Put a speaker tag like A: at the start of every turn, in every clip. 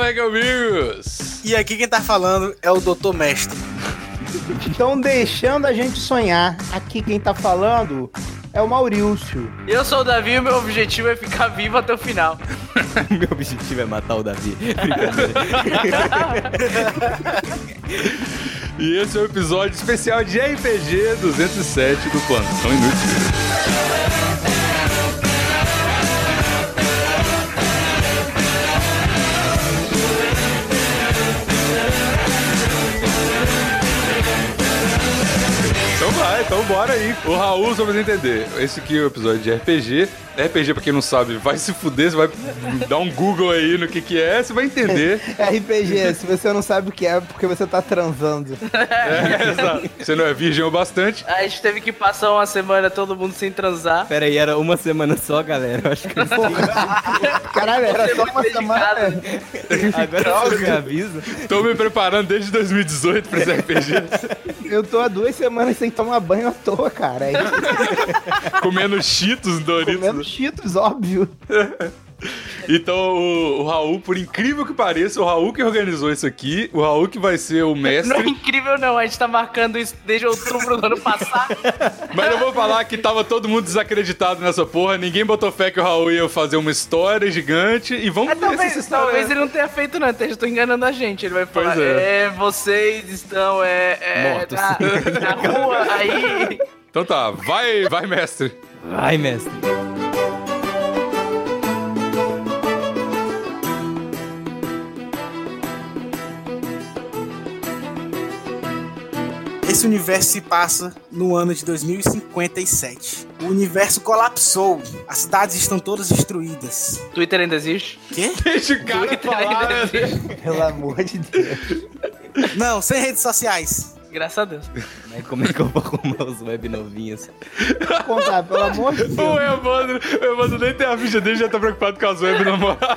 A: Mega Amigos!
B: E aqui quem tá falando é o Doutor Mestre.
C: Estão deixando a gente sonhar. Aqui quem tá falando é o Maurício.
D: Eu sou o Davi e o meu objetivo é ficar vivo até o final.
E: Meu objetivo é matar o Davi. Brincadeira.
A: E esse é o episódio especial de RPG 207 do Plantão Inútil. Então vai, então bora aí. O Raul, só pra você entender, esse aqui é o episódio de RPG. RPG, pra quem não sabe, vai se fuder, você vai dar um Google aí no que que é, você vai entender.
C: RPG, se você não sabe o que é, porque você tá transando.
A: É, exato. Você não é virgem o bastante.
D: A gente teve que passar uma semana todo mundo sem transar.
E: Pera aí, era uma semana só, galera. Eu acho que eu
C: Caralho, era só uma
B: tá
C: semana.
E: agora você me avisa.
A: Tô me preparando desde 2018 pra esse RPG.
C: Eu tô há duas semanas sem tomar banho à toa, cara. É Aí,
A: comendo cheetos Doritos.
C: comendo cheetos, óbvio.
A: Então, o, o Raul, por incrível que pareça, o Raul que organizou isso aqui, o Raul que vai ser o
D: Não é
A: mestre.
D: incrível não, a gente tá marcando isso desde outubro do ano passado.
A: Mas eu vou falar que tava todo mundo desacreditado nessa porra, ninguém botou fé que o Raul ia fazer uma história gigante e vamos
D: É,
A: ver se essa
D: talvez,
A: história...
D: talvez ele não tenha feito não, eu tô enganando a gente. Ele vai falar,
A: Pois é.
D: é. vocês estão é, é,
E: Mortos.
D: Na, na rua aí.
A: Então tá, vai, vai, mestre.
E: Vai, mestre.
B: Esse universo se passa no ano de 2057. O universo colapsou. As cidades estão todas destruídas.
D: Twitter ainda existe?
B: Quê?
A: Deixa o cara
D: Twitter
A: falar,
D: ainda
A: né?
D: existe.
C: Pelo amor de Deus.
B: Não, sem redes sociais.
D: Graças a Deus.
E: Mas como é que eu vou arrumar os web novinhos?
C: Vou contar, pelo amor de Deus.
A: é O Evandro, o Evandro nem tem a ficha dele, já tá preocupado com as web namoradas.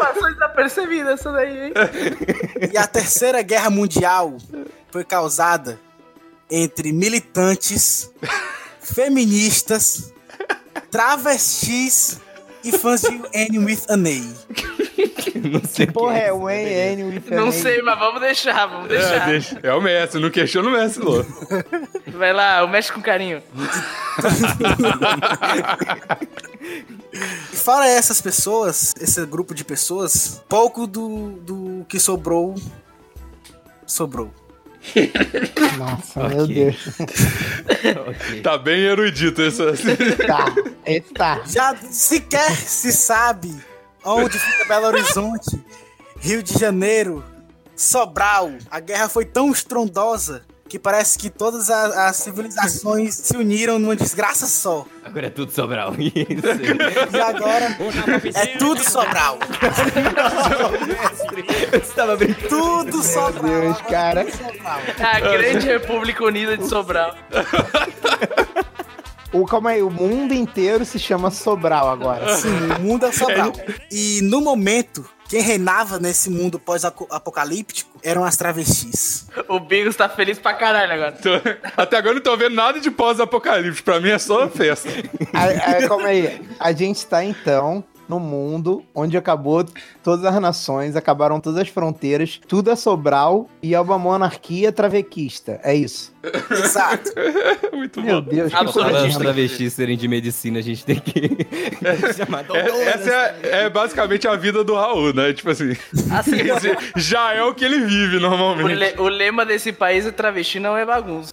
D: Passou desapercebida tá essa daí, hein?
B: E a Terceira Guerra Mundial foi causada entre militantes, feministas, travestis e fãs de Anne with an A.
E: Não sei o que
C: Porra, é
E: isso.
C: o é N, N,
D: Não sei, mas vamos deixar, vamos
A: É,
D: deixar.
A: deixa. é o mestre, não questiona o mestre, Lô.
D: Vai lá, eu mexe com carinho.
B: E fora essas pessoas, esse grupo de pessoas, pouco do, do que sobrou. Sobrou.
C: Nossa,
E: Ok.
C: meu Deus.
E: Ok.
A: Tá bem erudito essa...
C: Tá, esse tá.
B: Já sequer se sabe onde fica Belo Horizonte, Rio de Janeiro, Sobral. A guerra foi tão estrondosa que parece que todas a- as civilizações se uniram numa desgraça só.
E: Agora é tudo Sobral. Isso
B: E agora é tudo Sobral.
E: aí. Eu estava brincando.
B: Tudo Sobral.
C: Deus, cara.
B: Tudo Sobral.
D: A grande República Unida de Sobral.
C: O, calma aí, o mundo inteiro se chama Sobral agora.
B: Sim, o mundo é Sobral. E no momento, quem reinava nesse mundo pós-apocalíptico eram as travestis.
D: O Bigos tá feliz pra caralho agora.
A: Tô- então, Até agora eu não tô vendo nada de pós-apocalipse. Pra mim é só festa.
C: A- a- calma aí. A gente tá então no mundo onde acabou todas as nações, acabaram todas as fronteiras, tudo é Sobral e é uma monarquia travequista. É isso.
B: Exato.
A: Muito
C: Meu
A: bom.
C: Deus, que
D: Absolutamente.
C: coisa
E: Para os
C: linda.
E: travestis serem de medicina, a gente tem que chamar
A: É-
E: doutoras.
A: essa é, é basicamente a vida do Raul, né? Tipo assim,
D: Assim,
A: esse já é o que ele vive
D: o,
A: normalmente.
D: le- o lema desse país é travesti não é bagunça.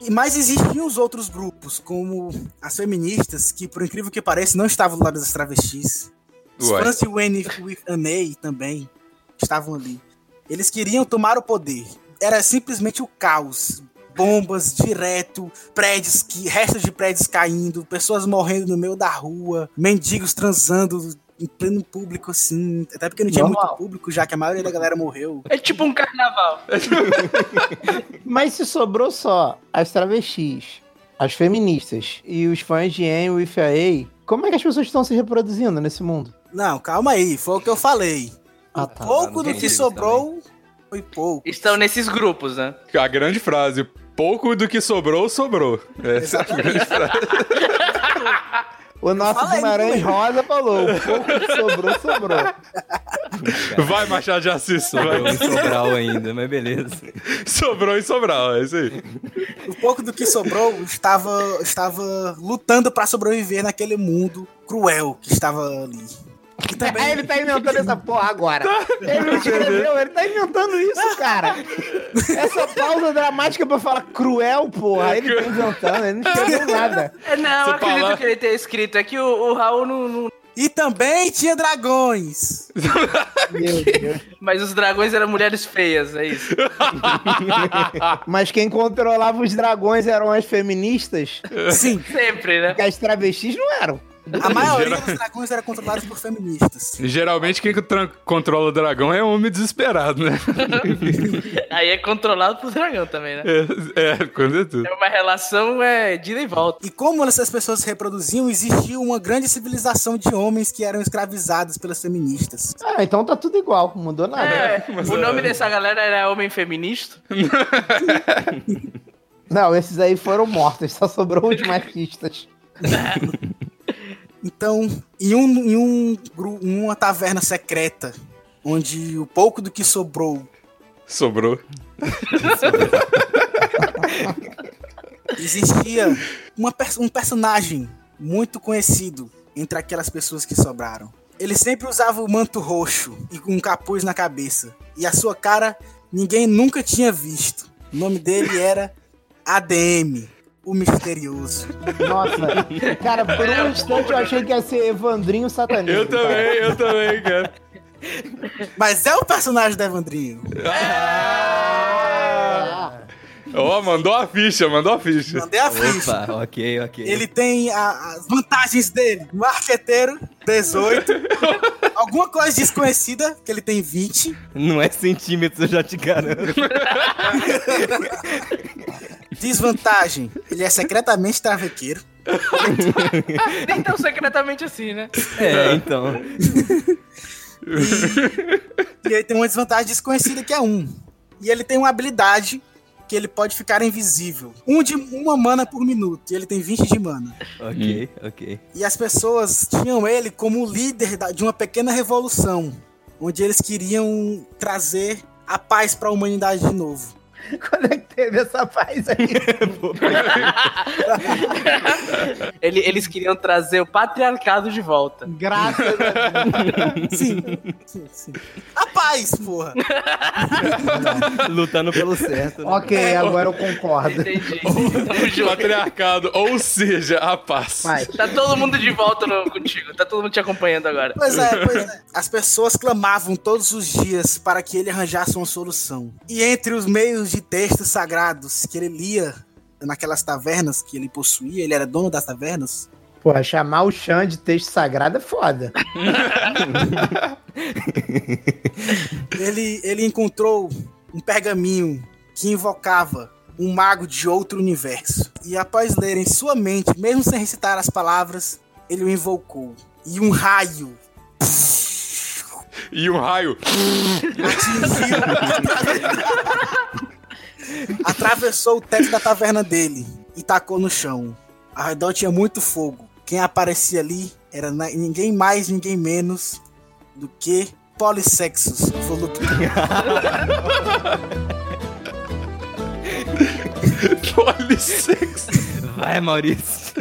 B: E- Mas existiam os outros grupos, como as feministas, que por incrível que pareça não estavam do lado das travestis. Os
A: Ué.
B: fãs de Wayne with an A também estavam ali. Eles queriam tomar o poder. Era simplesmente o caos. Bombas direto, prédios que restos de prédios caindo, pessoas morrendo no meio da rua, mendigos transando em pleno público assim, até porque não tinha
C: Normal.
B: muito público, já que a maioria da galera morreu.
D: É tipo um carnaval.
C: Mas se sobrou só as travestis, as feministas e os fãs de Anne with a A, como é que as pessoas estão se reproduzindo nesse mundo?
B: Não, calma aí, foi o que eu falei.
C: Ah, tá.
B: Pouco
E: não
B: do
E: tem
B: que
E: jeito
B: sobrou foi pouco.
D: Estão nesses grupos, né?
A: A grande frase, pouco do que sobrou, sobrou. Essa é a grande frase.
C: O nosso
B: Fala aí,
C: Guimarães
B: Guilherme.
C: Rosa falou: o pouco que sobrou, sobrou.
A: Vai, Machado de Assis,
E: Sobrou
A: vai.
E: em Sobral ainda, mas beleza.
A: Sobrou e sobral, é isso aí.
B: O pouco do que sobrou estava, estava lutando pra sobreviver naquele mundo cruel que estava ali. E também,
C: Aí ele tá inventando essa porra agora. Ele não escreveu, ele tá inventando isso, cara. Essa pausa dramática pra falar cruel, porra. Ele tá inventando, ele não escreveu nada.
D: É, Não,
A: Você
D: eu acredito
A: fala-
D: que ele tenha escrito. É que o, o Raul não, não-
B: e também tinha dragões.
C: Meu Deus.
D: Mas os dragões eram mulheres feias, é isso.
C: Mas quem controlava os dragões eram as feministas,
B: Sim,
D: Sempre, né?
C: porque as travestis não eram.
B: a maioria dos dragões era controlados por feministas.
A: Geralmente quem tran- controla o dragão é homem desesperado, né?
D: Aí é controlado por dragão também, né?
A: É, é com certeza.
D: É uma relação é, de ida e volta.
B: E como essas pessoas se reproduziam, existia uma grande civilização de homens que eram escravizados pelas feministas.
C: Ah, então tá tudo igual, não mudou nada.
D: É,
A: mas
D: o
A: é.
D: nome dessa galera era Homem Feminista.
C: Não, esses aí foram mortos, só sobrou os machistas.
B: Então, em, um, em um gru- em uma taverna secreta, onde o pouco do que sobrou
A: Sobrou.
B: existia uma pers- um personagem muito conhecido entre aquelas pessoas que sobraram. Ele sempre usava o manto roxo e com um capuz na cabeça. E a sua cara ninguém nunca tinha visto. O nome dele era ADM, o misterioso.
C: Nossa, cara, por um instante eu achei que ia ser Evandrinho Satanista.
A: É. Eu também, eu também, cara.
B: Mas é o personagem da Evandrinho.
A: Ó, mandou a ficha, mandou a ficha.
B: Mandei a ficha.
E: Opa, ok, ok.
B: Ele tem a- as vantagens dele. Marqueteiro, 18. Alguma coisa desconhecida, que ele tem 20.
E: Não é centímetros, eu já te garanto.
B: Desvantagem, ele é secretamente travequeiro.
D: Nem tão secretamente assim, né?
E: É, então.
B: E ele tem uma desvantagem desconhecida que é um. E ele tem uma habilidade que ele pode ficar invisível. Um de uma mana por minuto. E ele tem 20 de mana.
E: Ok, ok.
B: E as pessoas tinham ele como o líder da- de uma pequena revolução, onde eles queriam trazer a paz para a humanidade de novo.
C: Quando é que teve essa paz aí?
D: Ele- eles queriam trazer o patriarcado de volta.
C: Graças a
B: Sim, sim, sim. A paz, porra.
E: Lutando pelo certo. Né?
C: Ok, agora eu concordo.
D: Entendi. Tamo junto.
A: Patriarcado, ou seja, a paz.
C: Vai.
D: Tá todo mundo de volta no- contigo. Tá todo mundo te acompanhando agora.
B: Pois é, pois é. As pessoas clamavam todos os dias para que ele arranjasse uma solução. E entre os meios de textos sagrados que ele lia naquelas tavernas que ele possuía, ele era dono das tavernas,
C: Porra, chamar o Chan de texto sagrado é foda.
B: ele, ele encontrou um pergaminho que invocava um mago de outro universo. E após ler em sua mente, mesmo sem recitar as palavras, ele o invocou. E um raio
A: E um raio.
B: atingiu. atravessou o teto da taverna dele e tacou no chão. Ao redor tinha muito fogo. Quem aparecia ali era na- ninguém mais, ninguém menos do que Polissexus Voluptuoso.
A: Polissex.
E: Vai, Maurício.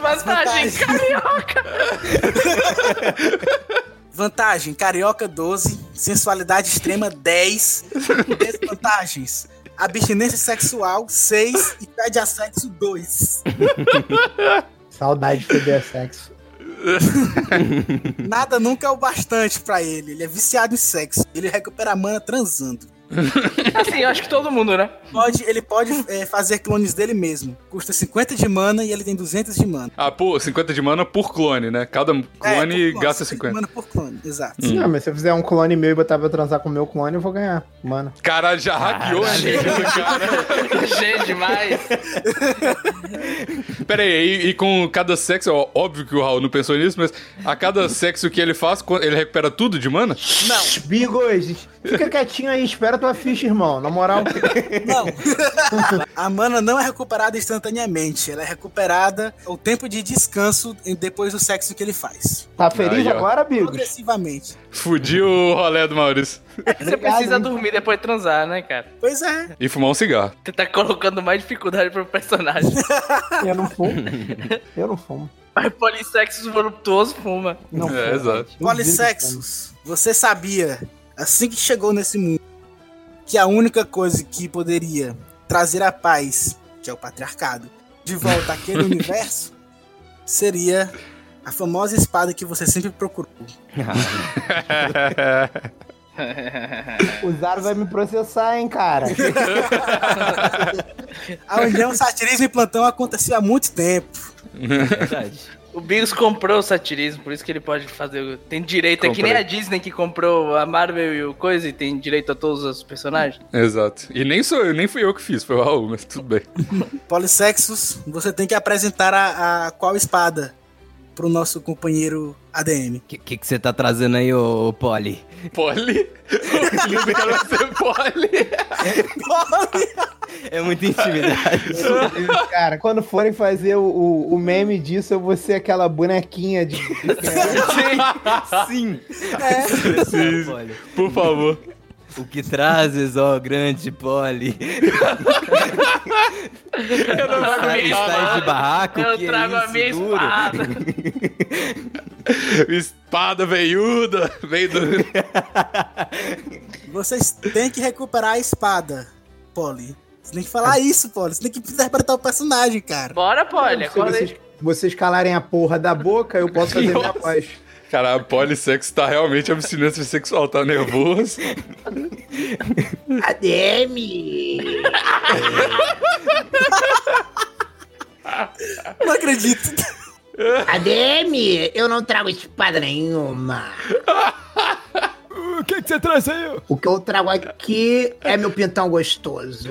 D: Vantagem,
B: Vantagem.
D: carioca.
B: Vantagem: Carioca 12, sensualidade extrema 10. Desvantagens: abstinência sexual 6 e pede a sexo 2.
C: Saudade de perder sexo.
B: Nada nunca é o bastante pra ele. Ele é viciado em sexo. Ele recupera a mana transando.
D: Assim, eu acho que todo mundo, né?
B: Pode- ele pode é, fazer clones dele mesmo. Custa 50 de mana e ele tem 200 de mana.
A: Ah, pô, 50 de mana por clone, né? Cada
B: É, por
A: clone gasta Hum. 50.
B: de mana por clone, exato.
E: Hum.
C: Não, mas se eu fizer um clone meu e botar pra transar com o meu clone, eu vou ganhar, mano.
A: Caralho, já hackeou a
D: Caralho.
A: gente, cara.
D: Gente, demais.
A: Pera aí, e, e com cada sexo, ó, óbvio que o Raul não pensou nisso, mas a cada sexo que ele faz, co- ele recupera tudo de mana?
C: Bigos, fica quietinho aí, espera tua ficha, irmão. Na moral.
B: Não. a mana não é recuperada instantaneamente. Ela é recuperada o tempo de descanso em- depois do sexo que ele faz.
C: Tá feliz
A: Aí, ó.
C: agora, Bigos?
B: Progressivamente.
A: Fudiu o rolê do Maurício.
D: Você precisa dormir depois de transar, né, cara?
B: Pois é.
A: E fumar um cigarro.
D: Você tá colocando mais dificuldade pro personagem.
C: Eu não fumo. Eu não fumo.
D: Mas polissexo voluptuoso fuma.
C: Não fumo.
A: É, exato.
C: Duvido que fumo.
B: Polissexos, você sabia, assim que chegou nesse mundo, que a única coisa que poderia trazer a paz, que é o patriarcado, de volta àquele universo, seria a famosa espada que você sempre procurou.
C: O Zaro vai me processar, hein, cara.
B: A união satirismo e plantão aconteceu há muito tempo.
E: Verdade.
D: O Bigos comprou o satirismo, por isso que ele pode fazer. o- Tem direito, é que
A: Comprei.
D: nem a Disney que comprou a Marvel e o coisa e tem direito a todos os personagens.
A: Exato. E nem sou eu, nem fui eu que fiz, foi o Raul, mas tudo bem.
B: Polissexos, você tem que apresentar a, a qual espada pro nosso companheiro ADM.
E: O que, que, que você tá trazendo aí, ô, ô Poli?
A: Poli? O apelido do cara vai ser Poli?
E: É muita intimidade.
C: cara, quando forem fazer o, o, o meme disso, eu vou ser aquela bonequinha de.
E: Sim.
A: É.
E: É.
A: Sim.
E: Poli.
A: Por favor.
E: O que trazes, ó, grande Poli?
D: Eu não trago a minha
E: Estás de
D: espada.
E: barraco?
D: Eu
E: que
D: trago
E: é
D: a
E: isso,
D: minha
E: duro?
D: espada.
A: Espada veiuda, veio do...
B: Vocês têm que recuperar a espada, Polly. Você tem que falar isso, Polly. Você tem que interpretar o personagem, cara.
D: Bora, é Polly,
C: Se
D: acorda aí.
C: vocês, vocês calarem a porra da boca, eu posso fazer minha
A: Nossa.
C: voz.
A: Cara, a polissex tá realmente abstinência sexual, tá nervoso.
B: Não acredito.
F: ADM, eu não trago espada nenhuma.
E: O que, que você traz aí, ó?
F: O que eu trago aqui é meu pintão gostoso.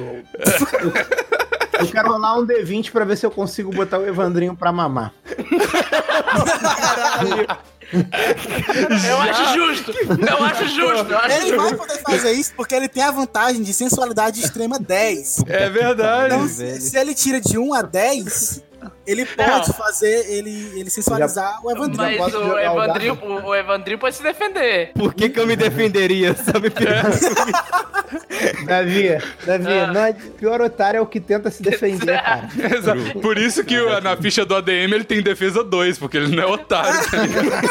C: Eu quero rolar um D20 pra ver se eu consigo botar o Evandrinho pra mamar.
D: Eu acho justo. Eu acho justo. Eu acho
B: Ele
D: justo.
B: vai poder fazer isso porque ele tem a vantagem de sensualidade extrema 10.
A: É verdade.
B: Então,
E: velho.
B: se, se ele tira de 1 a 10, ele pode fazer ele, ele sensualizar o Evandrinho.
D: Mas
C: posso
D: o
C: jogar o
D: Evandrinho, o, o Evandrinho pode se defender.
E: Por que, que eu me defenderia? Só me pergunto.
C: Davi, Davi,
D: Ah.
C: não, ad- pior otário é o que tenta se defender, cara.
A: Exato. Por isso que o- na ficha do ADM ele tem defesa 2, porque ele não é otário. tá ligado?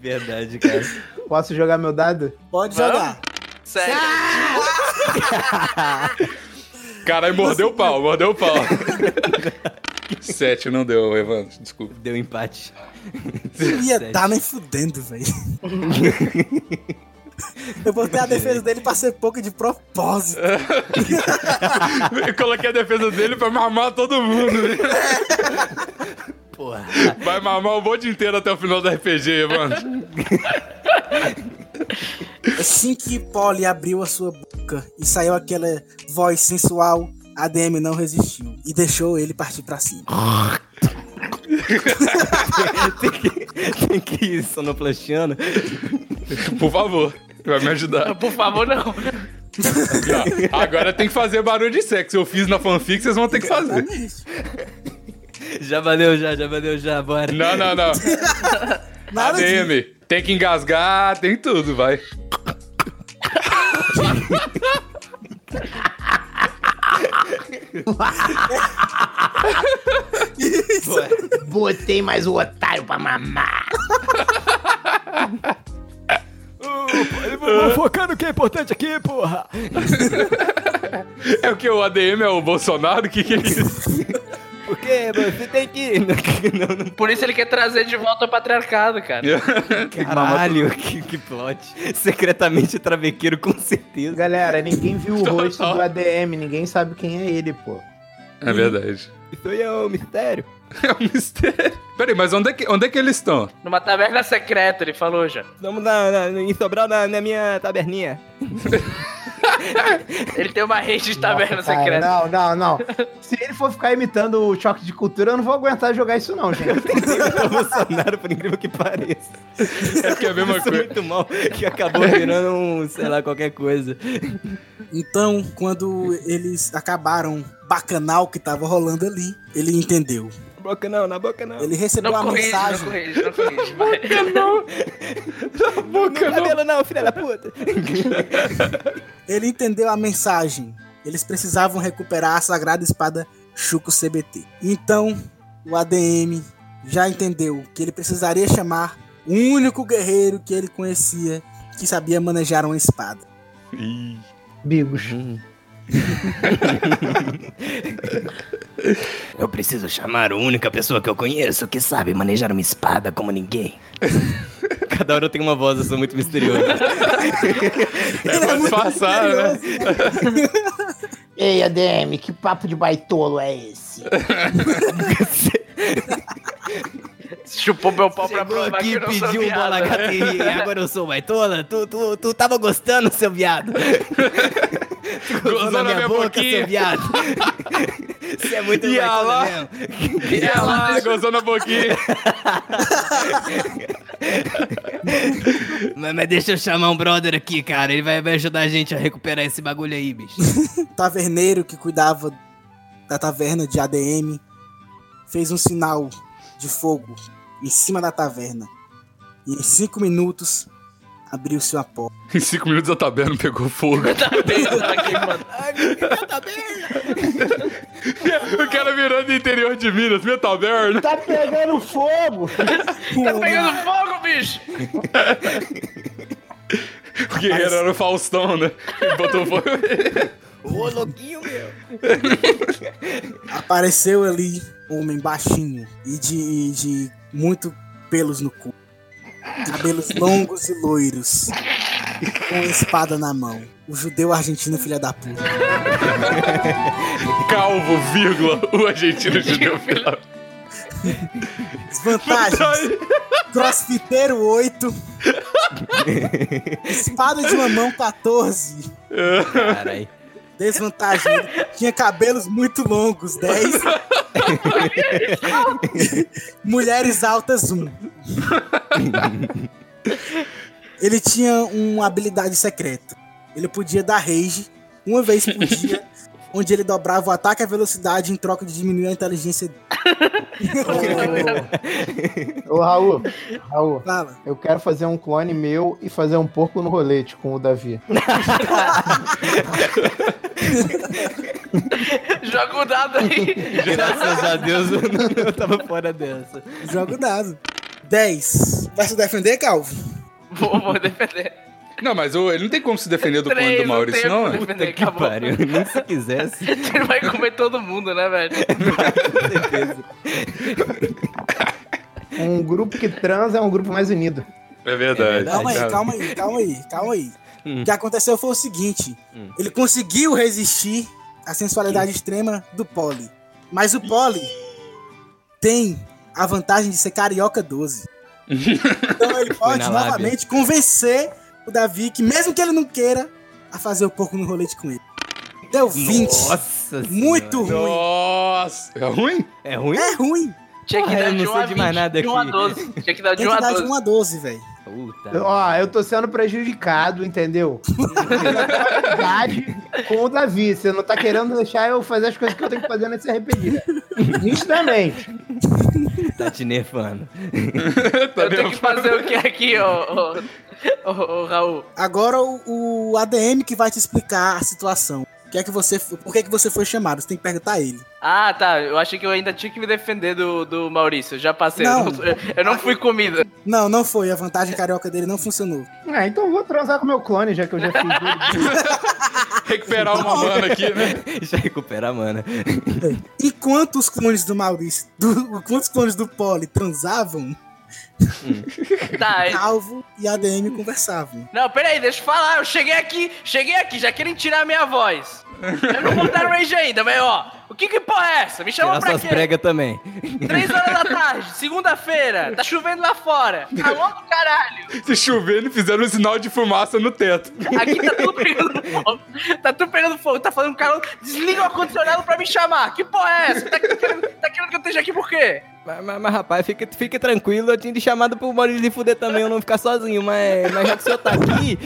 E: Verdade, cara.
C: Posso jogar meu dado?
B: Pode
D: Vamos?
B: jogar.
D: Sério.
A: Caralho, mordeu o pau, mordeu o pau. 7 não deu, Evandro, desculpa.
E: Deu empate.
B: Não ia
E: Sete.
B: dar nem fudendo, velho. Eu botei a defesa dele pra ser pouco de propósito.
A: Eu coloquei a defesa dele pra mamar todo mundo.
E: Porra.
A: Vai mamar o bonde inteiro até o final do RPG, Evandro.
B: Assim que Polly abriu a sua boca e saiu aquela voz sensual, a DM não resistiu e deixou ele partir pra cima.
E: tem, que, tem que ir sonoplastiano.
A: Por favor, vai me ajudar.
D: Por favor, não.
A: Não, agora tem que fazer barulho de sexo. Eu fiz na fanfic, vocês vão ter que fazer.
E: Já valeu, já, já valeu, já. Bora.
A: Não, não, não.
B: Nada disso.
A: ADM, tem que engasgar, tem tudo, vai.
F: Botei mais um otário pra mamar.
E: Vamos focar no que é importante aqui, porra.
A: É o que? O ADM é o Bolsonaro? O que, que é isso?
E: Porque ver, você tem que ir. Não, não,
D: Por isso ele quer trazer de volta o patriarcado, cara.
E: Caralho, que, que plot. Secretamente travequeiro, com certeza.
C: Galera, ninguém viu o rosto do ADM, ninguém sabe quem é ele, pô.
A: É verdade.
E: Isso aí é um mistério.
A: É um mistério. Peraí, mas onde é que, onde é que eles estão?
D: Numa taverna secreta, ele falou já.
E: Vamos na, na- em Sobral, na, na minha taberninha.
D: Ele tem uma rede de taverna
C: Nossa, cara,
D: secreta.
C: Não, não, não. Se ele for ficar imitando o choque de cultura, eu não vou aguentar jogar isso, não, gente.
E: O Bolsonaro, por incrível que pareça.
A: É porque é a mesma
E: Isso
A: coisa.
E: muito mal, que acabou virando um, sei lá, qualquer coisa.
B: Então, quando eles acabaram o bacanal que tava rolando ali, ele entendeu.
E: Na boca não, na boca não.
B: Ele recebeu
D: Não
B: uma
D: corrige, não
B: mensagem.
D: corrige, não corrige. vai.
E: No cabelo não, filha da puta.
B: Ele entendeu a mensagem. Eles precisavam recuperar a sagrada espada Chuco CBT. Então, o ADM já entendeu que ele precisaria chamar o único guerreiro que ele conhecia que sabia manejar uma espada.
A: Ih.
C: Bigos.
F: Uhum.
E: Eu preciso chamar a única pessoa que eu conheço que sabe manejar uma espada como ninguém. Cada hora eu tenho uma voz, eu sou muito misterioso.
A: É pra disfarçar, né?
F: Ei, ADM, que papo de baitolo é esse?
D: Chupou meu pau pra
E: Chegou
D: provar que
E: aqui e
D: eu não sou
E: pediu um bola
D: viado.
E: HTI, agora eu sou baitola? Tu, tu, tu tava gostando, seu viado. Tu
A: Gozou na minha boquinha.
E: seu viado. Você é muito
A: E
E: baitola
A: lá.
E: mesmo.
A: E ela gozou na boquinha.
E: Mas, mas deixa eu chamar um brother aqui, cara. Ele vai, vai ajudar a gente a recuperar esse bagulho aí, bicho.
B: taverneiro que cuidava da taverna de ADM fez um sinal de fogo em cima da taverna. E em cinco minutos abriu-se uma porta.
A: Em cinco minutos a taberna pegou fogo.
D: Tá bem, tá aqui, mano.
A: o cara virando interior de Minas, minha taberna.
C: Tá pegando fogo!
D: Tá pegando fogo, bicho.
A: O guerreiro era o Faustão, né? Ele botou fogo.
E: Ô, louquinho, meu.
B: Apareceu ali um homem baixinho e de, de muito pelos no cu. Cabelos longos e loiros. Com a espada na mão. O judeu argentino, filha da puta.
A: Calvo, vírgula, o argentino judeu.
B: Desvantagens. Crossfiteiro 8. Espada de mamão 14.
E: Caralho.
B: Desvantagem. Ele tinha cabelos muito longos, 10. Mulheres altas, 1. Ele tinha uma habilidade secreta. Ele podia dar rage uma vez por dia, onde ele dobrava o ataque à velocidade em troca de diminuir a inteligência dele.
C: Ô, Raul, Raul,
B: Fala.
C: eu quero fazer um clone meu e fazer um porco no rolete com o Davi.
D: Joga o dado aí.
E: Graças a Deus eu, não- eu tava fora dessa.
B: Joga o dado. 10. Vai se defender, Calvo?
D: Vou, vou defender.
A: Não, mas o- ele não tem como se defender é do clone
D: Três,
A: do Maurício,
D: não
A: não. né?
D: tem como defender,
E: Que
D: acabou.
E: pariu. Nem se quisesse.
D: Ele vai comer todo mundo, né, velho?
C: Um grupo que transa é um grupo mais unido.
A: É verdade.
B: Calma aí,
A: cara.
B: calma aí, calma aí, calma aí.
E: Hum.
B: O que aconteceu foi o seguinte:
E: Hum.
B: ele conseguiu resistir à sensualidade extrema do Poli. Mas o Poli tem a vantagem de ser carioca 12. então ele
E: Foi
B: pode
E: na lábia.
B: novamente convencer o Davi que, mesmo que ele não queira, a fazer o porco no rolete com ele. Deu 20.
E: Nossa
B: Muito
E: senhora.
B: ruim.
A: Nossa! É ruim?
E: É ruim?
B: É ruim.
D: Tinha que
E: Porra,
D: dar
E: eu não
D: de 1
E: sei
D: a
E: de
D: 20,
E: mais nada
D: de 1 a
E: aqui.
D: 12. Tinha que dar de
B: Tem
D: 1
B: que
D: a
B: dar de
D: 12.
B: 1 a 12, velho.
E: Puta.
C: Ó, eu tô sendo prejudicado, entendeu? Verdade com o Davi. Você não tá querendo deixar eu fazer as coisas que eu tenho que fazer nesse RPG. né? Nitidamente.
E: Tá te nerfando.
A: Tá
D: Eu tenho que
A: vendo?
D: fazer o que aqui, ô, ô, ô, ô, Raul?
B: Agora o, o ADM que vai te explicar a situação. O que é que você, por que é que você foi chamado? Você tem que perguntar a ele.
D: Ah, tá. Eu achei que eu ainda tinha que me defender do, do Maurício. Já passei. Eu
B: Não.
D: não- eu- eu não fui comida.
B: Não, não foi. A vantagem carioca dele não funcionou.
C: Ah, então eu vou transar com meu clone, já que eu já fiz ele.
A: Recuperar uma mana aqui, né?
E: Deixa eu recuperar, mano.
B: Enquanto os clones do Maurício, do, enquanto os clones do Poli transavam,
D: Tá. e-
B: Calvo e ADM conversavam.
D: Não, peraí, deixa eu falar. Eu cheguei aqui, cheguei aqui, já querem tirar a minha voz. Eu não vou dar range ainda, mas ó. O que que porra é essa? Me chamou
E: Tirar
D: pra
E: suas
D: quê?
E: pregas também.
D: Três horas da tarde, segunda-feira, tá chovendo lá fora. Alô do caralho.
A: Se chovendo, fizeram um sinal de fumaça no teto.
D: Aqui tá tudo pegando fogo. Tá tudo pegando fogo. Tá falando, Carol, desliga o ar-condicionado pra me chamar. Que porra é essa? Tá querendo, tá querendo que eu esteja aqui por quê?
E: Mas, mas- mas, rapaz, fica, fica tranquilo, eu tinha te chamado pro Maurício de fuder também, eu não ficar sozinho, mas, mas já que o senhor tá aqui,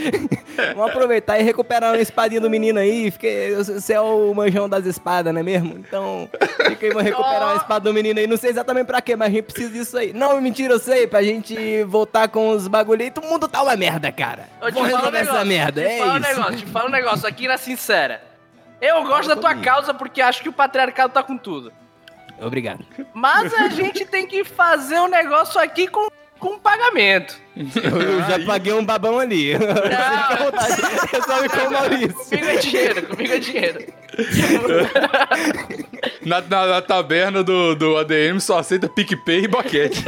E: vamos aproveitar e recuperar a espadinha do menino aí, fica, você é o manjão das espadas, não é mesmo? Então, fica aí, vamos recuperar a espada do menino aí, não sei exatamente pra quê, mas a gente precisa disso aí. Não, mentira, eu sei, pra gente voltar com os bagulhitos, o mundo tá uma merda, cara.
D: Eu te falo
E: Vamos
D: um
E: resolver essa
D: negócio,
E: merda,
D: te
E: é
D: falo um
E: isso.
D: negócio, te falo um negócio aqui na sincera. Eu gosto da tua causa porque acho que o patriarcado tá com tudo.
E: Obrigado.
D: Mas a gente tem que fazer um negócio aqui com, com pagamento.
E: Eu, eu já paguei um babão ali. Fica à vontade, Resolve com o Maurício.
D: Comigo é dinheiro, comigo é dinheiro.
A: Na, na- na taberna do, do ADM só aceita PicPay e boquete.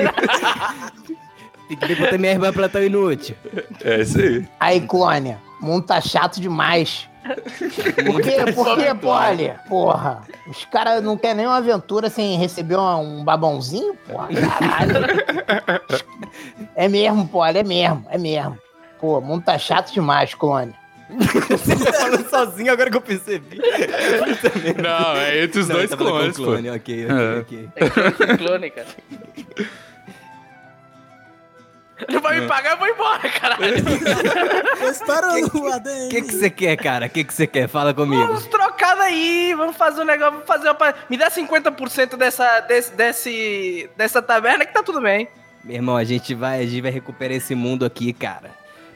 E: Tem que ver quanto é minha irmã pra tão inútil.
A: É isso aí.
F: Aí, clone, o mundo tá chato demais. Por quê? Por quê, Polly? Porra, os caras não querem nenhuma aventura sem receber uma- um babãozinho, porra, caralho. É mesmo, Polly, é mesmo, é mesmo. Pô, o mundo tá chato demais, clone.
E: Você tá falando sozinho agora que eu percebi.
A: Não, é entre os
E: Não,
A: dois
E: ele tava com
A: clones,
E: o
A: pô.
E: clone, Ok,
A: É.
E: ok, ok.
D: É clone, clone, cara. Não vai
E: É.
D: me pagar, eu vou embora, caralho.
B: Tô esperando o ADM.
E: O que que você quer, cara? O que que você quer? Fala comigo.
D: Vamos trocar daí, vamos fazer um negócio, vamos fazer uma... pa- Me dá 50% dessa, desse, desse, dessa taverna que tá tudo bem.
E: Meu irmão, a gente vai, a gente vai recuperar esse mundo aqui, cara.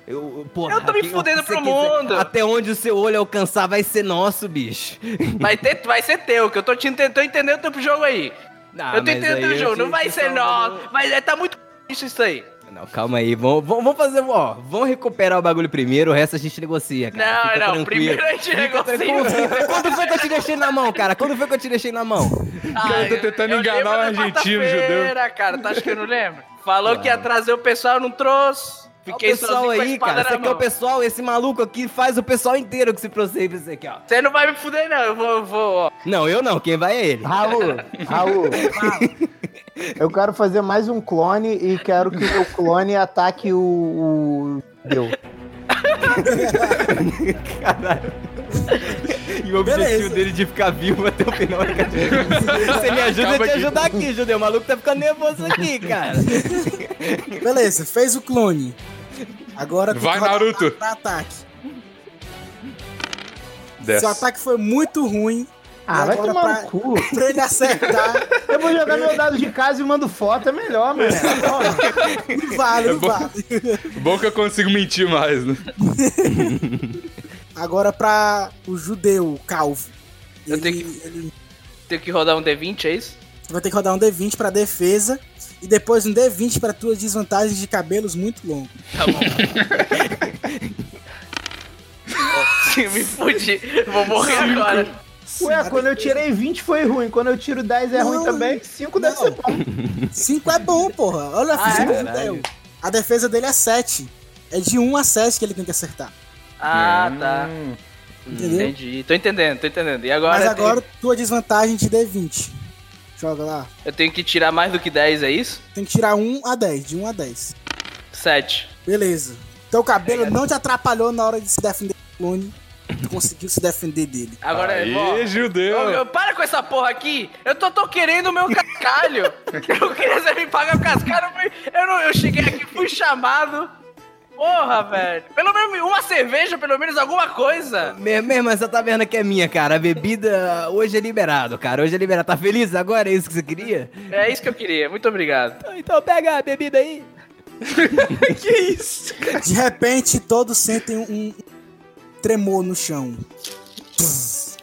E: Eu, eu- porra,
D: Eu tô me
E: quem-
D: fudendo
E: o que você
D: pro
E: quiser.
D: mundo.
E: Até onde o seu olho alcançar vai ser nosso, bicho.
D: Vai, ter, vai ser teu, que eu tô, te enten- tô entendendo o teu jogo aí.
E: Ah,
D: eu tô
E: mas
D: entendendo o
E: aí
D: jogo,
E: vocês
D: não vai ser
E: estão-
D: nosso. Mas é, tá muito isso, isso aí.
E: Não, calma aí. Vamos, vamos, vamos fazer, ó. Vamos recuperar o bagulho primeiro, o resto a gente negocia, cara.
D: Não,
E: Fica
D: não,
E: tranquilo.
D: primeiro é assim, né? a gente
E: Fica
D: negocia.
E: tranquilo. Quando foi que eu te deixei na mão, cara? Quando foi que eu te deixei na mão?
A: Cara, eu tô tentando enganar
D: lembro
A: um
D: da
A: argentino,
D: quarta-feira, cara, tu acha que eu não lembro? Falou que ia trazer o pessoal, não trouxe. Fiquei
E: Olha o pessoal
D: sozinho com a
E: aí,
D: espada
E: cara. Você
D: na
E: quer o
D: mão.
E: pessoal? Esse maluco aqui faz o pessoal inteiro que se procede isso aqui, ó.
D: Você não vai me fuder, não. Eu vou, eu vou, ó.
E: Não, eu não. Quem vai é ele.
C: Raul, Raul, eu quero fazer mais um clone e quero que o meu clone ataque o. o... Deu.
E: E o objetivo
B: Beleza.
E: dele de ficar vivo até o final é que a gente- Você me ajuda
A: Acaba
E: eu te
A: aqui.
E: ajudar aqui, Judeu. O maluco tá ficando nervoso aqui, cara.
B: Beleza, fez o clone. Agora tem
A: Vai,
B: que rodar
A: Naruto.
B: pra ataque.
A: Desce.
B: Seu ataque foi muito ruim.
C: Ah, vai
B: Agora
C: tomar
B: pra-
C: no cu.
B: Pra ele acertar,
C: Eu vou jogar meu dado de casa e mando foto, é melhor, mano.
B: não vale,
A: É
B: não
A: bom.
B: vale.
A: Bom que eu consigo mentir mais, né?
B: Agora pra o judeu, o calvo.
D: Eu
B: Ele,
D: tenho
B: ele
D: Tem que rodar um D20, é isso?
B: vai ter que rodar um D20 pra defesa e depois um D20 pra tuas desvantagens de cabelos muito longos.
D: Tá bom. Ó, me fudi. Vou morrer agora.
C: Ué, quando eu tirei 20 foi ruim, quando eu tiro 10 é ruim
B: Não,
C: também, 5 deve
B: não.
C: ser bom.
B: 5 é bom, porra. Olha,
D: Ah, é?
B: cinco
E: Caralho.
B: judeu. A defesa dele é 7. É de 1 a 7 que ele tem que acertar.
D: Ah, tá.
A: Hum.
B: Entendeu?
D: Entendi. Tô entendendo, tô entendendo. E agora, é-
B: Mas
D: eu tenho-
B: agora tua desvantagem de D20. Joga lá.
D: eu tenho que tirar mais do que 10, é isso?
B: Tem que tirar 1 a 10, de 1 a 10.
D: 7.
B: Beleza. Teu cabelo
D: É.
B: não te atrapalhou na hora de se defender do clone. Tu conseguiu se defender dele.
D: Agora, é ó,
A: Aí,
D: Ô,
A: judeu.
D: meu, para com essa porra aqui! Eu tô, tô querendo o meu cascalho! eu queria você me pagar o cascalho, eu fui- eu não. Eu cheguei aqui, fui chamado. Porra, velho! Pelo menos uma cerveja, pelo menos alguma coisa!
E: Meu meu irmão, essa taverna que é minha, cara. A bebida hoje é liberado, cara. Hoje é liberado. Tá feliz agora? É isso que você queria?
D: É isso que eu queria, muito obrigado.
E: Então pega a bebida aí. que isso?
B: De repente, todos sentem um, um tremor no chão. Pss.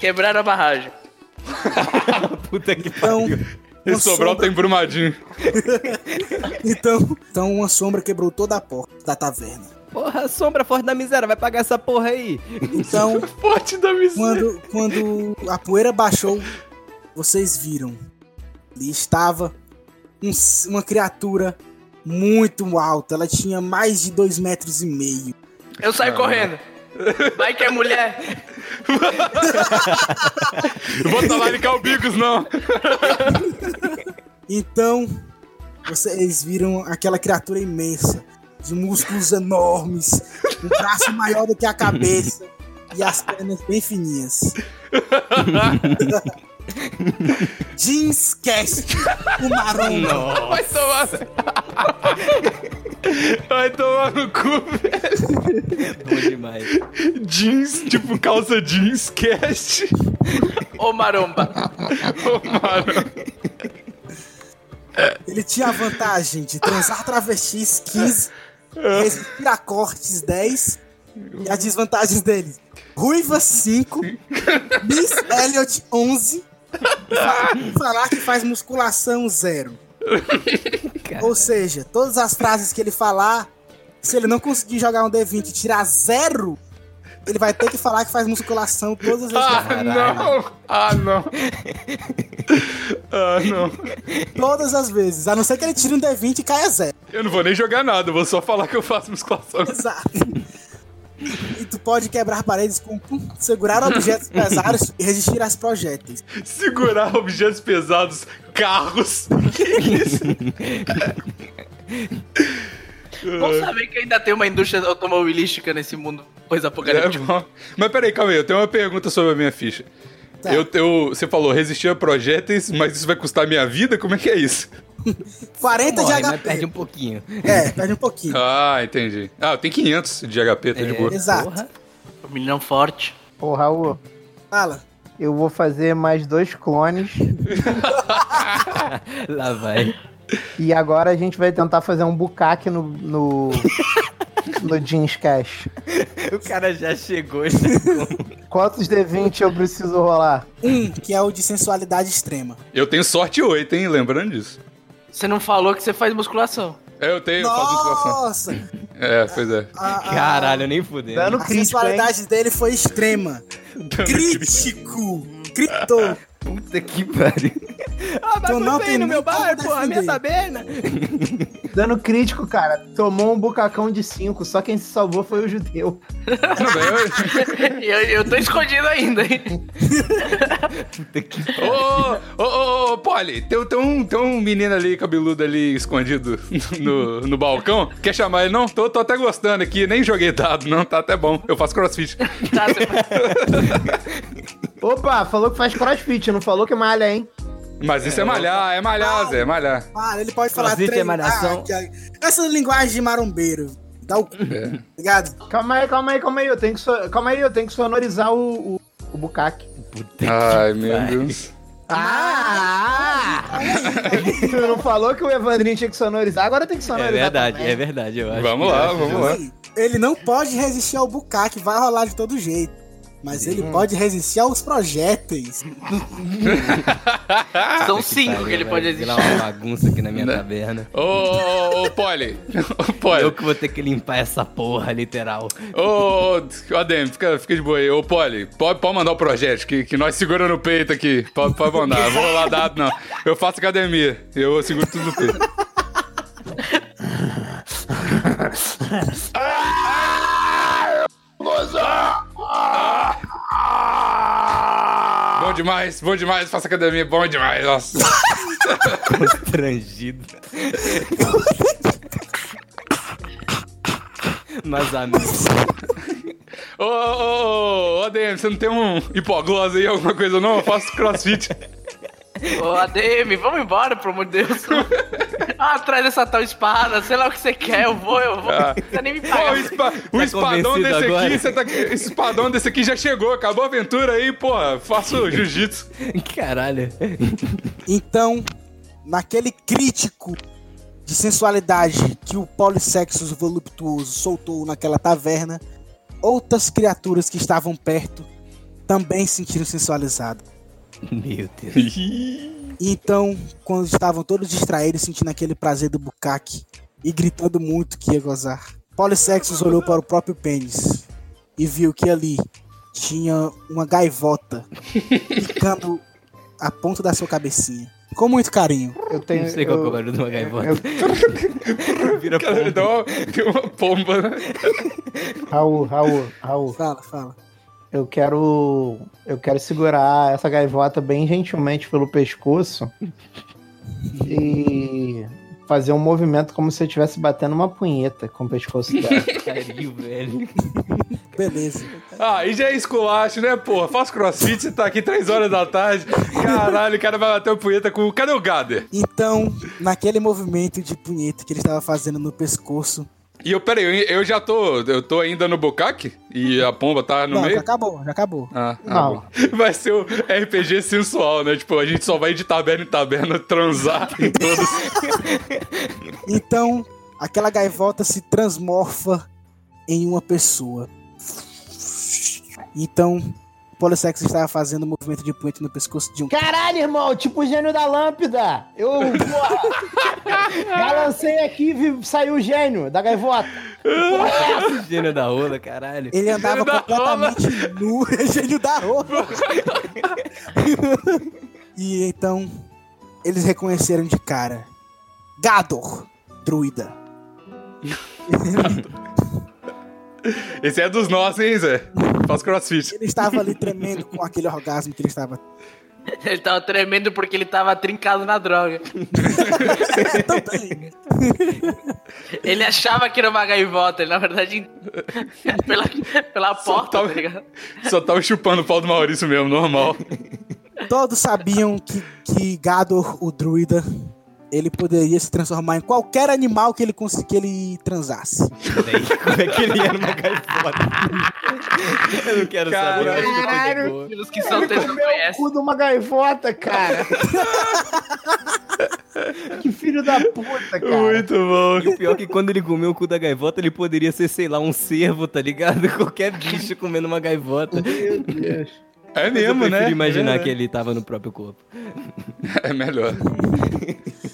D: Quebraram a barragem.
E: Puta que
B: Então,
A: E
B: uma
A: Sobral
B: sombra-
A: tem Brumadinho.
B: então, então uma sombra quebrou toda a porta da taverna.
E: Porra, sombra forte da miséria, vai pagar essa porra aí.
B: Então,
A: Forte da miséria.
B: quando, quando a poeira baixou, vocês viram. Ali estava um s- uma criatura muito alta. Ela tinha mais de dois metros e meio.
D: Eu saio
A: Ah,
D: correndo. Vai que é mulher.
A: Não vou talaricar o Bicos, não.
B: Então, vocês viram aquela criatura imensa, de músculos enormes, um braço maior do que a cabeça e as pernas bem fininhas. Jeans Cast, o maromba.
A: Vai tomar. Vai tomar no cu, velho.
E: Bom demais.
A: Jeans, tipo calça jeans, cast.
D: Ô maromba.
A: Ô, mano.
B: Ele tinha a vantagem de transar travestis 15, respirar cortes 10 e as desvantagens dele. Ruiva 5, Miss Elliot 11, fa- falar que faz musculação 0. Ou seja, todas as frases que ele falar, se ele não conseguir jogar um D20 e tirar zero, ele vai ter que falar que faz musculação todas as vezes. que
A: Ah,
B: ele
A: não. Ah, não. Ah, não.
B: falar. Todas as vezes. A não ser que ele tire um D20 e caia zero.
A: Eu não vou nem jogar nada, eu vou só falar que eu faço musculação.
B: Exato. E tu pode quebrar paredes com pum, segurar objetos pesados e resistir às projéteis.
A: Segurar objetos pesados, carros. Que isso?
D: Bom
A: Ah.
D: saber que ainda tem uma indústria automobilística nesse mundo
A: É
D: pós-apocalíptico.
E: tipo-
A: bom. Mas peraí, calma aí, eu tenho uma pergunta sobre a minha ficha.
B: Tá.
A: Eu, eu- você falou resistir a projéteis, mas isso vai custar minha vida? Como é que é isso?
B: 40
E: Morre,
B: de
E: mas
B: HP.
E: perde um pouquinho.
B: É, perde um pouquinho.
A: Ah, entendi. Ah, eu tenho 500 de HP, tá de boa.
B: Exato.
E: Porra.
A: É.
E: Um
D: O Menino forte.
C: Ô, Raul,
B: Fala.
C: eu vou fazer mais dois clones
E: Lá vai.
C: e agora a gente vai tentar fazer um bucaque no, no, no Jeans Cash.
E: O cara já chegou. Já...
C: Quantos D20 eu preciso rolar?
B: Um, que é o de sensualidade extrema.
A: Eu tenho sorte 8, hein? Lembrando disso.
D: Você não falou que você faz musculação.
A: É, eu tenho, eu faço musculação.
B: Nossa!
A: É, pois é.
B: A, a-
E: Caralho, nem fudeu.
C: Dano
B: a
C: crítico, hein?
B: sensualidade dele foi extrema. Crítico! Gritou!
E: Puta que pariu. Ah,
B: Tu
E: vai
B: não
E: não
B: tem
E: tem no meu
B: nem como
E: bairro, porra, minha
B: defender.
E: taberna.
C: Dano crítico, cara. Tomou um bucacão de 5, só quem se salvou foi o judeu.
A: Tudo Tá bem,
D: E eu, eu tô escondido ainda, hein?
E: Puta que
A: eu- Ô, ô, ô, ô, ô, Polly, tem, tem um, tem um menino ali, cabeludo ali, escondido no, no balcão. Quer chamar ele, não? Tô, tô até gostando aqui, nem joguei dado, não, tá até bom. Eu faço crossfit.
D: Tá, você-
C: Opa, falou que faz crossfit, não falou que malha, hein?
A: Mas isso é malhar, é malhar, Zé, é malhar.
B: Para, ele pode falar
E: Crossfit é
B: treinar,
E: malhação.
B: que a- Essa linguagem de marombeiro. Dá o cu,
E: É.
B: tá ligado?
C: Calma aí, calma aí, calma aí. Eu tenho que, so- calma aí, eu tenho que sonorizar o, o, o bucaque.
A: Ai, meu Deus.
C: Ah! tu não falou que o Evandrinho tinha que sonorizar, agora tem que sonorizar.
E: É verdade,
C: também.
E: é verdade, eu acho.
A: Vamos
E: que-
A: lá, vamos lá.
B: Ele não pode resistir ao bucaque, vai rolar de todo jeito. Mas ele pode resistir aos projéteis.
D: São
E: Puta que
D: cinco
E: pariu,
D: que ele
E: velho.
D: pode
E: Virar
D: existir.
E: uma bagunça aqui na minha taberna.
A: Ô, ô, ô, ô, Polly. Ô,
E: Eu
A: Polly.
E: que vou ter que limpar essa porra, literal.
A: Ô, ô, ô, Adem, fica, fica de boa aí. Ô, Polly, pode, pode mandar o projeto, que, que nós segura no peito aqui. Pode, pode mandar. Vou rolar dado, não. Eu faço academia. Eu seguro tudo no peito. Bom demais, bom demais, faço academia, bom demais, nossa.
E: Constrangido. Mas amigos.
A: Ô, ô, ô, ô, ADM, você não tem um hipoglose aí, alguma coisa não? Eu faço crossfit.
D: Ô, ADM, vamos embora, pelo amor de Deus. Ah, traz essa tal espada, sei lá o que você quer, eu vou, eu vou.
A: Ah.
D: Não precisa nem me
A: Pô, o,
D: pagar.
A: espa- o espadão
E: Tá convencido
A: desse aqui,
E: agora?
A: você tá, esse espadão desse aqui já chegou, acabou a aventura aí, porra. Faço jiu-jitsu.
E: Caralho.
B: Então, naquele crítico de sensualidade que o polissexo voluptuoso soltou naquela taverna, outras criaturas que estavam perto também sentiram sensualizado.
E: Meu Deus.
B: Então, quando estavam todos distraídos, sentindo aquele prazer do bucaque e gritando muito que ia gozar, Polissexus olhou para o próprio pênis e viu que ali tinha uma gaivota picando a ponta da sua cabecinha. Com muito carinho.
C: Eu tenho.
E: Não sei qual que é o
C: eu-
E: barulho de uma gaivota.
A: Vira cara, dá uma, tem uma pomba, né?
C: Raul, Raul, Raul.
B: Fala, fala.
C: Eu quero. Eu quero segurar essa gaivota bem gentilmente pelo pescoço e fazer um movimento como se eu estivesse batendo uma punheta com o pescoço dela.
E: Sério, velho.
B: Beleza.
A: Ah, e já é esculacho, né, porra? Faz crossfit, você tá aqui três horas da tarde. Caralho, o cara vai bater uma punheta com. Cadê o Gader?
B: Então, naquele movimento de punheta que ele estava fazendo no pescoço.
A: E eu, peraí, eu, eu já tô. Eu tô ainda no bucaque? E a pomba tá no
B: não, já
A: meio?
B: acabou, já acabou.
A: Ah, ah,
C: Não.
A: bom. Vai ser o RPG sensual, né? Tipo, a gente só vai de taberna em taberna transar em todos.
B: Então, aquela gaivota se transmorfa em uma pessoa. Então, o Polissex estava fazendo o movimento de punheta no pescoço de um.
F: Caralho, irmão, tipo o gênio da lâmpada. Eu, porra, balancei aqui e vi- saiu o gênio da gaivota.
E: Gênio da rola, caralho.
B: Ele andava
A: Gênio da
B: completamente nu, É gênio da roupa. e então, eles reconheceram de cara. Gador, druida.
A: Esse é dos nossos, hein, Zé? Faz crossfit.
B: Ele estava ali tremendo com aquele orgasmo que ele estava.
D: Ele tava tremendo porque ele tava trincado na droga.
B: Também.
D: Ele achava que era uma gaivota, ele na verdade pela, pela porta,
A: tava-
D: tá ligado?
A: Só tava chupando o pau do Maurício mesmo, normal.
B: Todos sabiam que, que Gador, o druida, ele poderia se transformar em qualquer animal que ele, cons- que ele transasse.
E: Peraí, como é que ele ia numa gaivota? Eu não quero saber. eu acho que eu tô de
F: Caralho.
E: boa.
D: Os que são textos não
F: Meu
D: conhecem.
F: cu de uma gaivota, cara. que filho da puta, cara.
A: Muito bom.
E: E o pior é que quando ele comeu o cu da gaivota, ele poderia ser, sei lá, um cervo, tá ligado? Qualquer bicho comendo uma gaivota.
C: Meu Deus.
A: É
E: Mas
A: mesmo,
E: eu prefiro
A: né?
E: imaginar
A: é,
E: que ele tava no próprio corpo.
A: É melhor.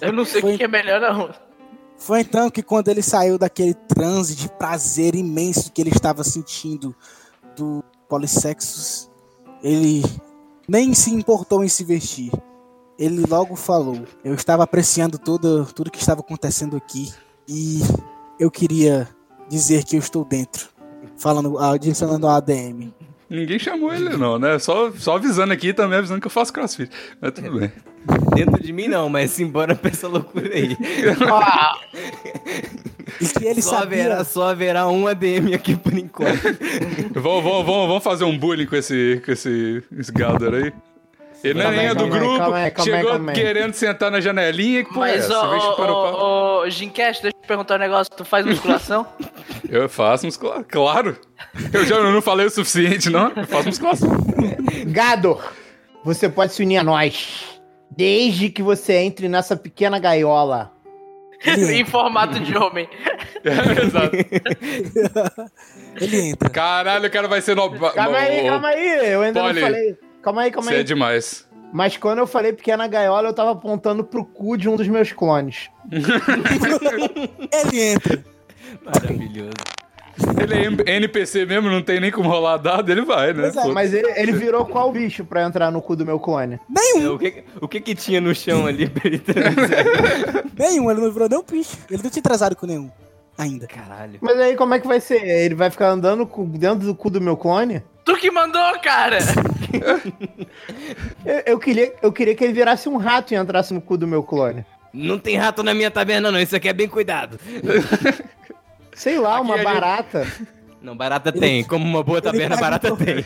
D: Eu não sei o que que é melhor, não.
B: Foi então que quando ele saiu daquele transe de prazer imenso que ele estava sentindo do polissexus, ele nem se importou em se vestir. Ele logo falou: "Eu estava apreciando tudo, tudo que estava acontecendo aqui e eu queria dizer que eu estou dentro." Falando, adicionando a ADM.
A: Ninguém chamou ele, não, né? Só, só avisando aqui também, avisando que eu faço crossfit. Mas tudo bem.
E: Dentro de mim não, mas simbora pra essa loucura aí.
D: Ah,
B: E que ele
E: Só haverá,
B: sabia.
E: só haverá um ADM aqui por enquanto.
A: Vamos, vamos, vamos, vamos fazer um bullying com esse, com esse, esse Gador aí. Ele não é
C: Calma
A: nem
C: aí,
A: é do
C: calma aí,
A: grupo,
C: calma aí, calma aí,
A: chegou
C: calma aí.
A: querendo sentar na janelinha. Que porra é
D: Mas,
A: essa? Vem chupar o pau.
D: ô, ô, ô, Gincast, deixa eu te perguntar um negócio. Tu faz musculação?
A: Eu faço musculação, claro. Eu já não falei o suficiente, não. Eu faço musculação.
C: Gador,
F: Você pode se unir a nós.
C: desde que você entre nessa pequena gaiola.
B: Ele
D: em
B: entra.
D: formato de homem.
A: É, Exato.
B: Ele entra.
A: Caralho, o cara vai ser no...
C: Calma aí, calma aí. Eu ainda
A: Poli,
C: não falei. Calma aí, calma
A: Você é
C: aí.
A: demais.
C: Mas quando eu falei pequena gaiola, eu tava apontando pro cu de um dos meus clones.
B: Ele entra.
E: Maravilhoso.
A: Ele é M- NPC mesmo, não tem nem como rolar dado, ele vai, né?
B: Pois é,
A: Pô.
C: Mas ele, ele virou qual bicho pra entrar no cu do meu clone?
E: É, o, que, o que que tinha no chão ali pra ele transar?
B: Nenhum, ele não virou nem um bicho. Ele não tinha transado com nenhum. Ainda.
E: Caralho.
C: Mas aí como é que vai ser? Ele vai ficar andando com- dentro do cu do meu clone?
D: Tu que mandou, cara!
C: Eu, eu queria, eu queria que ele virasse um rato e entrasse no cu do meu clone.
E: Não tem rato na minha taberna não, isso aqui é bem cuidado.
C: Sei lá, uma
A: ele-
C: barata.
E: Não, barata tem, como uma boa taberna, barata tem.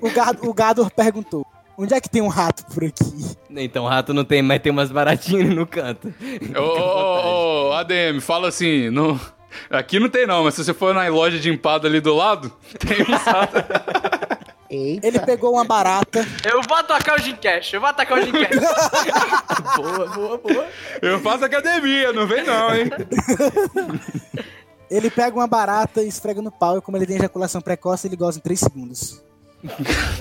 B: O, gado, o Gador perguntou: onde é que tem um rato por aqui?
E: Então rato não tem, mas tem umas baratinhas no canto.
A: Ô, ô, ô, ô, ADM, fala assim, não... aqui não tem não, mas se você for na loja de empada ali do lado, tem um rato.
F: Eita.
C: tá
B: Ele pegou uma barata.
D: Eu vou atacar o Gincast, eu vou atacar o Gincast.
E: Boa, boa, boa.
A: Eu faço academia, não vem não, hein?
B: Ele pega uma barata e esfrega no pau. E como ele tem ejaculação precoce, ele goza em 3 segundos.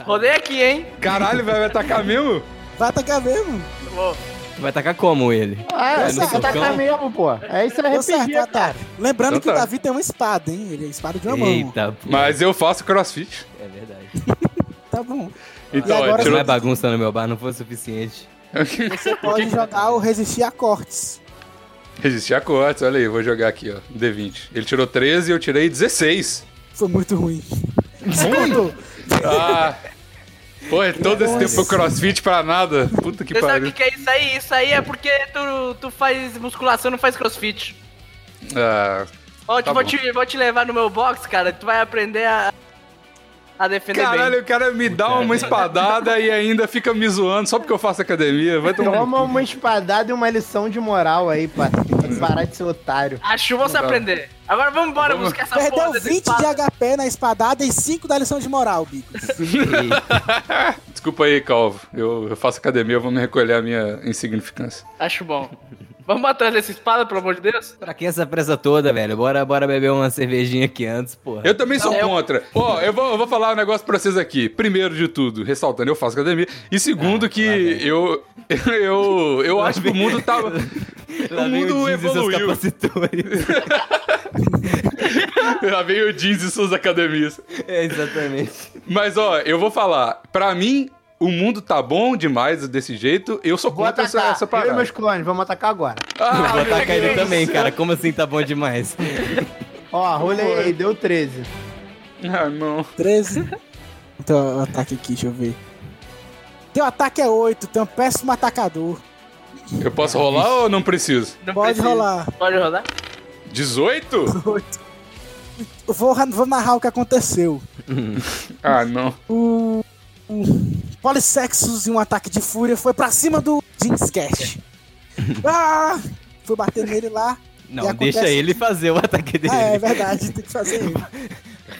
D: Rodei aqui, hein?
A: Caralho, velho, vai atacar mesmo?
B: Vai atacar mesmo.
D: Vou.
E: Vai tacar como ele?
F: Ah,
E: Vai
F: você tem
A: tá
E: no
F: que
E: socão?
F: atacar mesmo, pô. É isso
B: Deu
F: aí,
B: certo,
F: RPG, cara.
B: Atari. Lembrando
A: Então
B: que o
A: tá.
B: Davi tem uma espada, hein? Ele é espada de uma mão.
E: Eita, pô.
A: Mas eu faço crossfit.
E: É verdade.
B: Tá bom.
A: Então,
B: agora
A: ó,
E: Se
A: tirou-
E: mais bagunça no meu bar não foi suficiente.
B: Você pode jogar o resistir a cortes.
A: resistir a cortes, olha aí, vou jogar aqui, ó, D20. Ele tirou 13 e eu tirei 16.
B: Foi muito ruim. Você cortou.
A: Ah, pô, é todo esse tempo
B: Nossa.
A: pro crossfit pra nada. Puta que
D: Você sabe o que
A: pariu.
D: que é isso aí? Isso aí é porque tu, tu faz musculação, não faz crossfit.
A: Ah,
D: Ó, te-
A: Tá
D: vou,
A: bom.
D: te, vou te levar no meu box, cara. Tu vai aprender a, a defender
A: caralho, o cara me dá uma espadada e ainda fica me zoando só porque eu faço academia. Vai tomar
F: Toma uma espadada e uma lição de moral aí, pá. Tem
A: Hum.
F: que parar de ser otário.
D: bem. Acho, vou se aprender. Agora vamos embora
A: Vamos.
D: buscar essa porra
B: Perdeu
D: dessa
B: 20
D: é espada.
B: de HP na espadada e 5 da lição de moral, Bico.
A: Desculpa aí, Calvo. Eu, eu faço academia, eu vou me recolher a minha insignificância.
D: Acho bom. Vamos atrás dessa espada, pelo amor de Deus?
E: pra que essa pressa toda, velho? Bora, bora beber uma cervejinha aqui antes, porra.
A: Eu também sou contra. Ó, eu vou, eu vou falar um negócio pra vocês aqui. Primeiro de tudo, ressaltando, eu faço academia. E
F: Ah,
A: segundo, que eu, eu. Eu acho que o mundo tá.
E: Lá
A: O
E: vem
A: mundo
E: Diz e seus
A: evoluiu.
E: capacitores.
A: Lá vem o jeans e suas academias.
E: é, exatamente.
A: Mas, ó, eu vou falar. Pra mim, o mundo tá bom demais desse jeito. Eu sou
F: Vou
A: contra essa,
F: atacar.
A: essa
F: Eu e
A: parada.
F: meus clones, vamos atacar agora.
A: Ah,
E: Vou atacar ele
D: Deus.
E: também, cara. Como assim tá bom demais?
F: Ó, rolei aí, deu 13.
A: ah, não.
B: 13. Então, o ataque aqui, deixa eu ver. Teu ataque é 8, tem um péssimo atacador.
A: Eu posso rolar ou não preciso?
D: Não
B: Pode
D: precisa.
B: rolar.
D: Pode rolar?
A: 18?
B: 8. Vou, ra- vou narrar o que aconteceu.
A: Ah, não.
B: O, o Polissexus, em um ataque de fúria, foi pra cima do Jeans Cash. Ah! Foi bater nele lá.
E: Não,
B: E acontece-
E: deixa ele fazer o ataque dele.
B: Ah, é verdade, tem que fazer ele.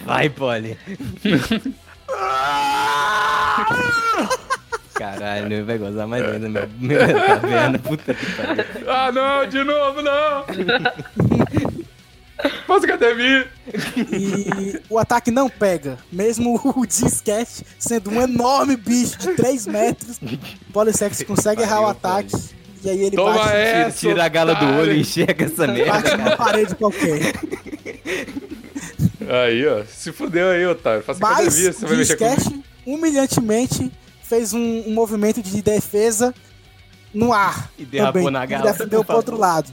E: Vai, Polly. Caralho, vai gozar mais ainda, meu. meu caverna, puta que pariu.
A: Ah, não, de novo, não! Faço academia!
B: E o ataque não pega. Mesmo o Discat sendo um enorme bicho de 3 metros, o Polissex consegue errar o
E: Pariu,
B: ataque. E aí ele
A: Toma
B: bate,
E: Tira,
A: essa!
E: tira a gala do
A: É, otário.
E: olho e enxerga essa merda.
B: bate numa parede qualquer.
A: Aí, ó. Se fudeu aí, otário. Faça
B: Mas
A: academia, você vai é
B: o
A: mexer com...
B: Discat humilhantemente fez um, um movimento de defesa no ar.
E: E derrapou
B: também,
E: na
B: e
E: gala,
B: defendeu
E: por
B: pro outro lado.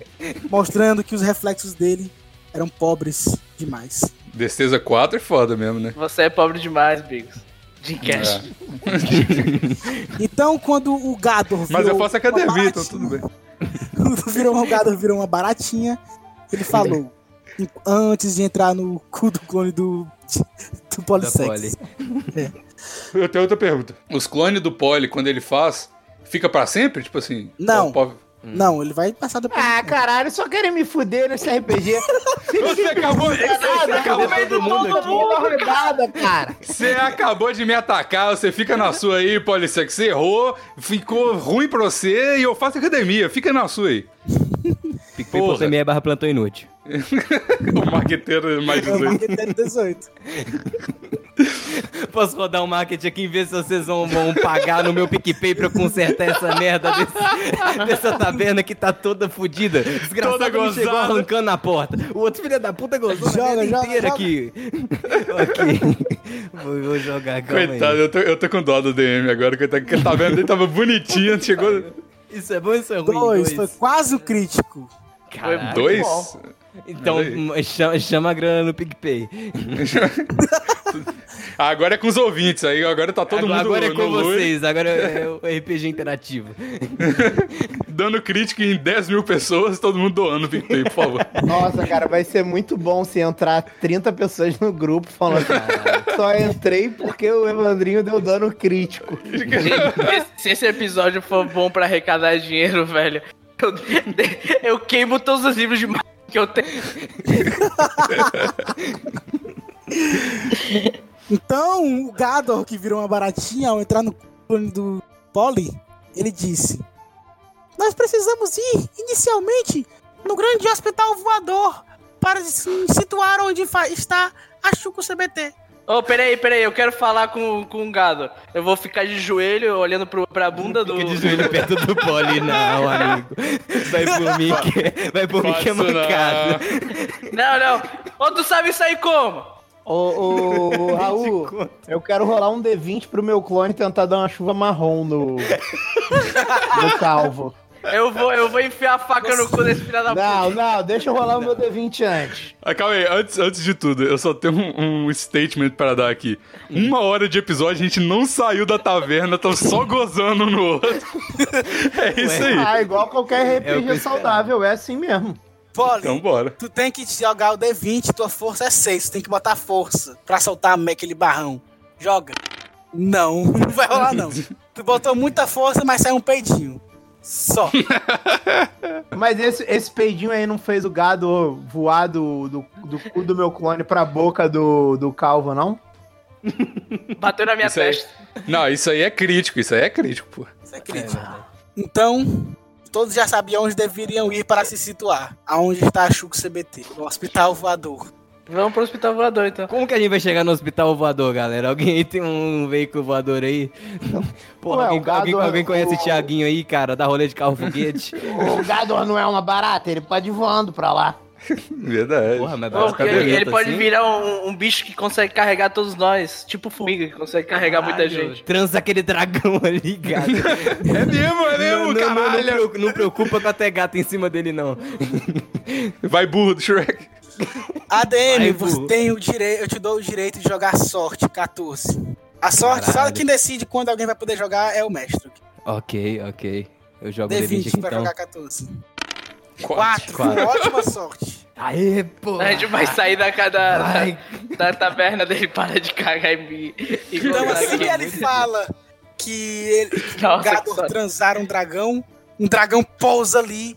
B: Mostrando que os reflexos dele eram pobres demais.
A: Desteza 4 é foda mesmo, né?
D: Você é pobre demais, Bigos. Jim Cash.
A: É.
B: Então, quando o gado
A: Mas eu
B: virou
A: faço
B: uma
A: academia, então tudo
B: baratinha-
A: bem.
B: Quando virou um gado, virou uma baratinha. Ele falou, em- antes de entrar no cu do clone do, do Polissex.
A: Eu tenho outra pergunta. Os clones do Poli, quando ele faz, fica pra sempre? Tipo assim...
B: Não.
A: o Poli-
B: Não, ele vai passar depois.
F: Ah, caralho, só querem me fuder nesse RPG.
A: Você acabou,
F: Ah,
A: você,
F: não,
A: acabou,
D: no meio do
F: todo
D: todo
F: mundo,
D: mundo,
F: rodada, cara.
A: você acabou de me atacar, você fica na sua aí, Polissex. Você errou, ficou ruim pra você e eu faço academia. Fica na sua aí. Porra.
E: PicPay.me é barra plantão inútil.
A: O marqueteiro é mais
B: Eu
A: 18.
B: marquei até 18.
E: Posso rodar um marketing aqui e ver se vocês vão, vão pagar no meu PicPay pra eu consertar essa merda desse- dessa taverna que tá toda fodida. Desgraçado
A: Toda
E: me chegou
A: gozada.
E: arrancando na porta. O outro filho da puta gozou
B: Joga,
E: a merda
B: joga,
E: inteira
B: joga.
E: aqui. ok. Vou, vou jogar, calma
A: Coitado,
E: aí.
A: eu tô, eu tô com dó do DM agora, coitado, porque tá vendo, ele tava bonitinho, chegou...
E: Isso é bom, isso é ruim.
B: Dois, foi quase o crítico.
E: Caralho.
A: Dois?
E: Então, chama, chama a grana no PicPay.
A: Ah, agora é com os ouvintes, aí agora tá todo
E: agora,
A: mundo
E: agora é
A: no
E: com
A: louro,
E: vocês, agora é o RPG interativo.
A: dando crítica em 10 mil pessoas, todo mundo doando PicPay, por favor.
F: Nossa, cara, vai ser muito bom se entrar 30 pessoas no grupo falando. Só entrei porque o Evandrinho deu dano crítico.
D: Gente, se esse episódio for bom pra arrecadar dinheiro, velho, eu, eu queimo todos os livros de magia que eu tenho.
B: Então, o Gador, que virou uma baratinha, ao entrar no clone do Poli, ele disse: Nós precisamos ir, inicialmente, no grande hospital voador para se situar onde fa- está a Chuco CBT.
D: Ô, peraí, peraí, eu quero falar com, com um gado. Eu vou ficar de joelho olhando pro, pra bunda do.
E: Fica de joelho perto do Poli, não, amigo. Vai por mim que, vai por mim que é
A: Faço não.
E: mancada.
D: Não, não. Ô, tu sabe sair como?
C: Ô, ô, ô, Raul, eu quero rolar um D20 pro meu clone tentar dar uma chuva marrom no, no calvo.
D: Eu vou, eu vou enfiar a faca no cu desse filho da puta.
C: Não, não, deixa eu rolar o meu D20 antes.
A: Ah, calma aí, antes, antes de tudo, eu só tenho um, um statement pra dar aqui. Uma hora de episódio, a gente não saiu da taverna, tão só gozando um no outro. É isso aí.
C: Ah, igual qualquer
E: É o que eu
C: RPG saudável, é assim mesmo.
B: Poli,
A: Então bora.
B: tu tem que jogar o D20, tua força é 6. Tu tem que botar força pra soltar me- aquele barrão. Joga. Não, não vai rolar não. Tu botou muita força, mas saiu um peidinho. Só.
C: Mas esse, esse peidinho aí não fez o gado voar do, do, do cu do meu clone pra boca do, do calvo, não?
D: Bateu na minha
A: Isso aí.
D: testa.
A: Não, isso aí é crítico, isso aí é crítico, pô.
B: Isso é crítica. Então, todos já sabiam onde deveriam ir para se situar. Aonde está a Chuco CBT? No Hospital Voador.
D: Vamos pro hospital voador, então.
E: Como que a gente vai chegar no hospital voador, galera? Alguém aí tem um veículo voador aí? Porra,
C: Ué,
E: alguém,
C: o gado
E: alguém-
C: é-
E: alguém conhece
C: o-
E: o Thiaguinho aí, cara, da rolê de carro foguete?
F: O Gador não é uma barata, ele pode ir voando pra lá.
A: Verdade.
E: Porra, mas
D: Porque
E: ficar
D: ele,
E: violento
D: pode
E: assim?
D: virar um, um bicho que consegue carregar todos nós. Tipo formiga, que consegue carregar muita
E: Caralho,
D: né, gente.
E: Transa aquele dragão ali, cara.
A: É mesmo, é mesmo,
E: não, não, não, não,
A: caralho.
E: preocu- não preocupa com até gato em cima dele, não.
A: Vai burro do Shrek.
B: ADM,
E: Vai,
B: você
E: burro.
B: tem o direito, eu te dou o direito de jogar sorte, 14. A sorte, só
E: Caralho.
B: quem decide quando alguém vai poder jogar é o mestre.
E: ok, ok. Eu jogo D20 aqui
B: D20 pra
E: então.
B: jogar 14.
A: Quatro.
B: 4.
E: Quatro.
B: Ótima sorte.
E: Aê, pô!
D: A gente vai sair da, ca- da, da,
E: Ah. Vai.
D: da taverna dele, para de cagar em mim. E
B: Então,
D: voltar
B: assim que
D: aqui.
B: ele fala que, ele, que o
D: Nossa, que
B: Gador
D: sorte.
B: transar um dragão, um dragão pousa ali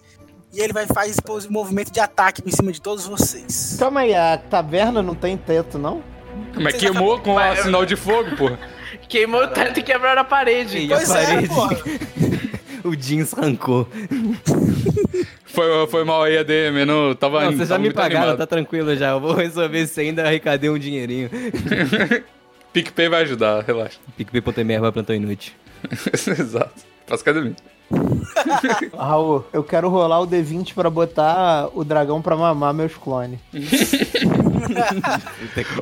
B: e ele vai fazer pose- movimento de ataque em cima de todos vocês.
C: Calma aí, a taverna não tem teto, não?
A: Mas queimou com a
D: Vai, eu-
A: sinal de fogo, porra.
D: Queimou o tanto e quebraram a parede.
E: E a
B: Pois é,
E: parede?
B: porra.
E: O jeans arrancou.
A: Foi, foi mal aí, ADM, não? eu Tava
E: Não,
A: tava
E: vocês já me
A: muito
E: pagaram,
A: animado.
E: tá tranquilo já. Eu vou resolver se ainda arrecadei um dinheirinho. tá-
A: PicPay vai ajudar, relaxa.
E: PicPay.me vai plantão inútil.
A: Exato. Faz academia.
C: Raul, eu quero rolar o D20 pra botar o dragão pra mamar meus clones.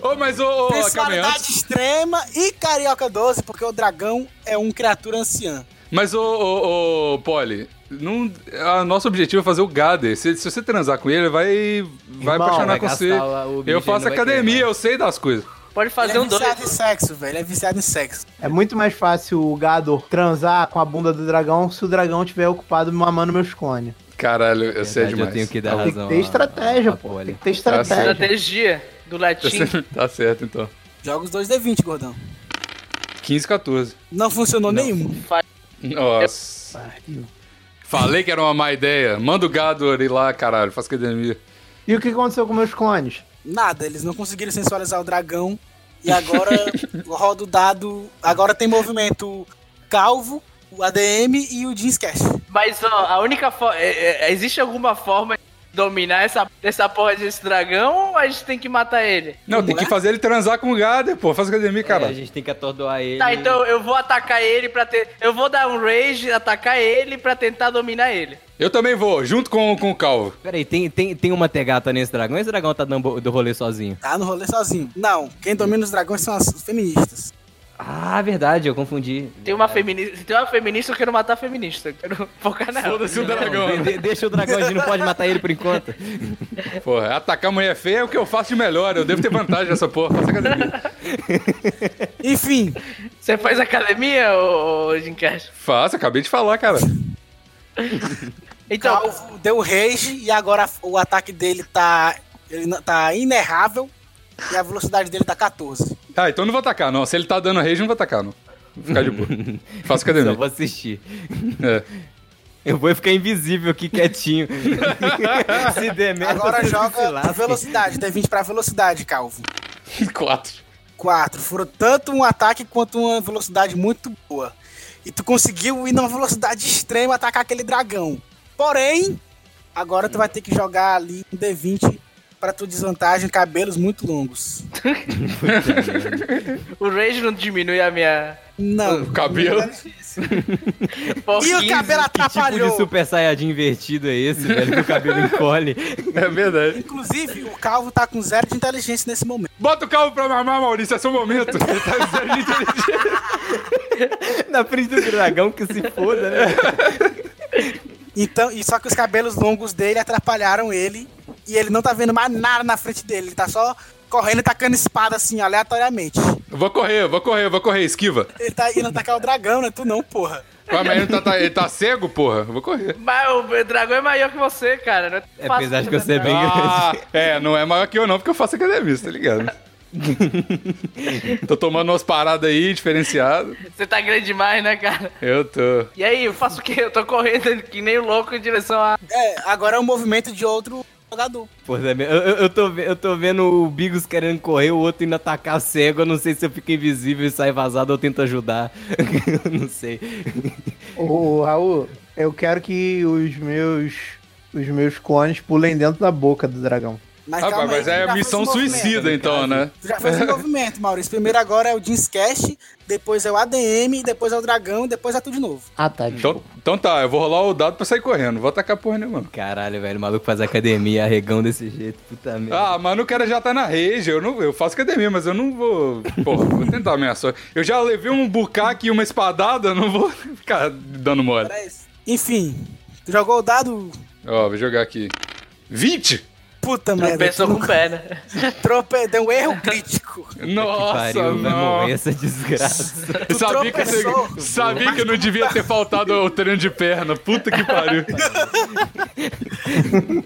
A: Ô, mas ô, ô, calma aí,
E: tá
B: Sensualidade
A: antes-
B: extrema e carioca 12, porque o dragão é um criatura anciã.
A: Mas ô, ô, ô, Polly, não, a nosso objetivo é fazer o Gader. Se, se você transar com ele, ele vai, vai
C: Irmão,
A: apaixonar
E: vai
A: com você.
E: gastar lá o
A: Eu
E: bichinho,
A: faço
E: não vai
A: academia,
E: querer. né?
A: eu sei das coisas.
D: Pode fazer
B: ele é
D: um dois.
B: viciado em sexo, velho. Ele é viciado em sexo.
C: É muito mais fácil o gado transar com a bunda do dragão se o dragão estiver ocupado mamando meus clones.
A: Caralho, eu sei
E: Verdade,
A: demais.
E: Eu tenho que dar
A: Tá bom.
E: razão. né?
C: Tem
E: Tá
C: que ter estratégia,
E: a- a
C: pô.
E: Polly.
C: Tem que ter estratégia.
D: Estratégia do latim.
A: tá certo, então.
B: Joga os dois D20, gordão.
A: 15, 14.
B: Não funcionou nenhum.
A: Nossa. Falei que era uma má ideia. Manda o Gador ir lá, caralho. Faz academia.
C: E o que aconteceu com meus clones?
B: Nada, eles não conseguiram sensualizar o dragão. E agora roda o dado. Agora tem movimento o calvo, o ADM e o Jeans Cash.
D: Mas, ó, a única forma. é, existe alguma forma de dominar essa, essa porra desse dragão ou a gente tem que matar ele?
A: Não,
B: Vamos
A: tem que
B: lá?
A: fazer ele transar com o Gader, pô. Faz academia,
E: Cara, É, a
A: caralho.
E: gente tem que atordoar ele.
D: Tá, então eu vou atacar ele pra ter. Eu vou dar um rage, atacar ele pra tentar dominar ele.
A: Eu também vou, junto com, com o Calvo.
E: Peraí, tem, tem, tem uma tegata nesse dragão? Esse dragão tá dando bo- do rolê sozinho.
B: Tá no rolê sozinho. Não, quem domina os dragões são as feministas.
E: Ah, verdade, eu confundi.
D: Tem uma feminista. Tem uma feminista, eu quero matar a feminista. Eu quero focar nela.
A: Foda-se o
E: Não,
A: dragão.
E: de- de- deixa o dragão, a gente não pode matar ele por enquanto.
A: Porra, atacar mulher feia é o que eu faço de melhor. Eu devo ter vantagem nessa porra. Faça academia.
B: Enfim,
D: Você faz academia, ô, ô Jim Cash?
A: Faça, acabei de falar, cara.
E: Tá
D: Então,
B: calvo deu rage e agora o ataque dele tá. Ele não- tá inerrável e a velocidade dele tá 14.
A: Ah, então não vou atacar, não. Se ele tá dando rage, não vou atacar, não. Vou ficar de boa. Faça
E: Só
A: academia.
E: vou assistir.
A: É.
E: Eu vou ficar invisível aqui quietinho. Se der merda,
B: Agora
E: vocês se
B: joga
E: lasquem.
B: velocidade, D20 pra velocidade, Calvo.
A: Quatro.
B: 4. Foram tanto um ataque quanto uma velocidade muito boa. E tu conseguiu ir numa velocidade extrema atacar aquele dragão. Porém, agora tu vai ter que jogar ali um D20 para tua desvantagem, cabelos muito longos.
D: O Rage não diminui a minha.
B: Não.
A: O cabelo?
B: não é difícil.
D: Porra,
B: E o
D: 15.
B: cabelo
E: tipo de
B: atrapalhou.
E: super saiyajin invertido é esse, velho? Que o cabelo encolhe.
A: É verdade.
B: Inclusive, o Calvo tá com zero de inteligência nesse momento.
A: Bota o carro pra mamar, Maurício, é seu momento. Ele tá zero de inteligência.
E: Na frente do dragão, que se foda, né?
B: Então, e só que os cabelos longos dele atrapalharam ele e ele não tá vendo mais nada na frente dele. Ele tá só correndo e tacando espada assim, aleatoriamente.
A: Vou correr, vou correr, vou correr, esquiva.
B: Ele tá indo atacar o dragão, né? Tu não, porra.
A: Ué, mas ele tá, tá- ele tá cego, porra? Vou correr.
D: Mas o dragão é maior que você, cara. Não é
E: É,
D: fácil
E: apesar de que você é bem
A: Ah, é, não é maior que eu não, porque eu faço academia, tá ligado? tô tomando umas paradas aí, diferenciado.
D: Você tá grande demais, né, cara?
A: Eu tô.
D: E aí, eu faço o quê? Eu tô correndo que nem louco em direção a.
B: É, agora é um movimento de outro jogador.
E: Pô, Zé, né? eu, eu, eu tô, ve- eu tô vendo o Bigos querendo correr, o outro indo atacar cego. Eu não sei se eu fico invisível e saio vazado ou tento ajudar. eu não sei.
C: Ô, Raul, eu quero que os meus os meus clones pulem dentro da boca do dragão.
B: Mas,
A: Rapaz,
B: calma aí,
A: mas
B: tu
A: é
B: já
A: a
B: fez
A: missão
B: esse movimento.
A: suicida, então, né?
B: Tu já fez o movimento, Maurício. Primeiro agora é o Jeanscast, depois é o ADM, depois é o dragão, depois é tu de novo.
F: Ah, tá.
A: Então, então tá, eu vou rolar o dado pra sair correndo. Vou atacar porra né, nenhuma.
E: Caralho, velho, o maluco faz academia, arregão desse jeito, puta merda.
A: Ah, mano, o cara já tá na rage. Eu, não, eu faço academia, mas eu não vou. Porra, vou tentar a minha sorte. Eu já levei um bucaque e uma espadada, eu não vou ficar dando mole.
B: Era É isso. Enfim, tu jogou o dado.
A: Ó, vou jogar aqui. 20!
B: Puta merda.
D: Tropeçou
B: tu
D: com o pé, né?
B: trope... deu um erro crítico.
A: Nossa,
E: vai
A: não.
E: morrer essa desgraça.
A: Eu sabia que,
B: tropeçou.
A: eu, sabia que eu não devia ter faltado ao treino de perna. Puta que pariu.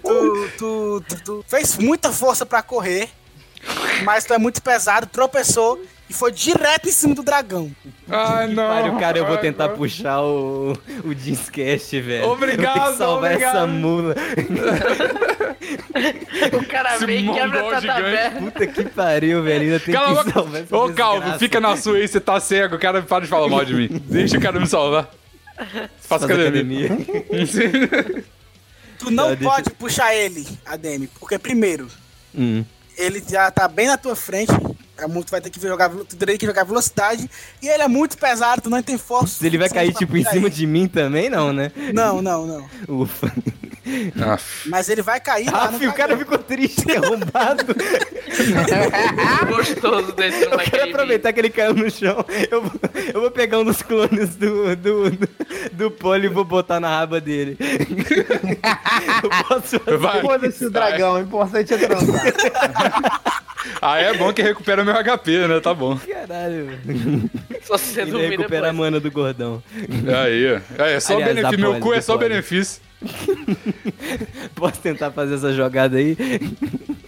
B: tu, tu- tu- tu fez muita força pra correr, mas tu é muito pesado, tropeçou e foi direto em cima do dragão.
A: Ai, não.
E: Pariu, cara, eu vou
A: Ai,
E: tentar
A: não.
E: puxar o, o discast, velho.
A: Obrigado,
E: eu tenho que salvar
A: obrigado.
E: essa mula.
D: O cara
A: Esse
D: vem e quebra
A: mongol
D: essa taverna.
E: Puta que pariu, velho. Ainda tem
A: Cala a
E: que salvar essa
A: boca. Ô, Calvo,
E: é desgraça.
A: fica na sua aí, você tá cego. O cara para de falar mal de mim. Deixa o cara me salvar. Faço
E: Faz
A: academia.
E: academia.
B: Tu não
E: Tá, deixa-
B: pode puxar ele, ADM, porque primeiro,
E: Hum.
B: ele já tá bem na tua frente. É muito, tu vai ter que jogar, velo- tu teria que jogar velocidade. E ele é muito pesado, tu não tem força.
E: Se ele vai cair,
B: suficiente
E: tipo,
B: pra
E: em
B: puxar
E: cima
B: ele.
E: de mim também, não, né?
B: Não, não, não.
E: Ufa.
A: Ah,
B: Mas ele vai cair. lá
E: Ah,
B: no
E: filho, o cara
B: dragão.
E: ficou triste, é arrombado.
D: Gostoso desse
E: Eu
D: moleque.
E: quero
D: aí, bicho.
E: aproveitar que ele caiu no chão. Eu vou, eu vou pegar um dos clones do, do, do, do Poli e vou botar na raba dele. eu posso fazer.
A: Vai.
C: Foda-se o dragão, o importante é transar.
A: Ah, é bom que recupera meu HP, né? Tá bom.
E: Caralho.
D: Só se você
E: Ele
D: dormir
E: recupera a
D: depois.
E: mana do gordão.
A: Aí, ó. é só
E: Aliás,
A: benefício.
E: dá
A: Meu
E: pole,
A: cu é
E: dá
A: só
E: pole.
A: benefício.
E: Posso tentar fazer essa jogada aí?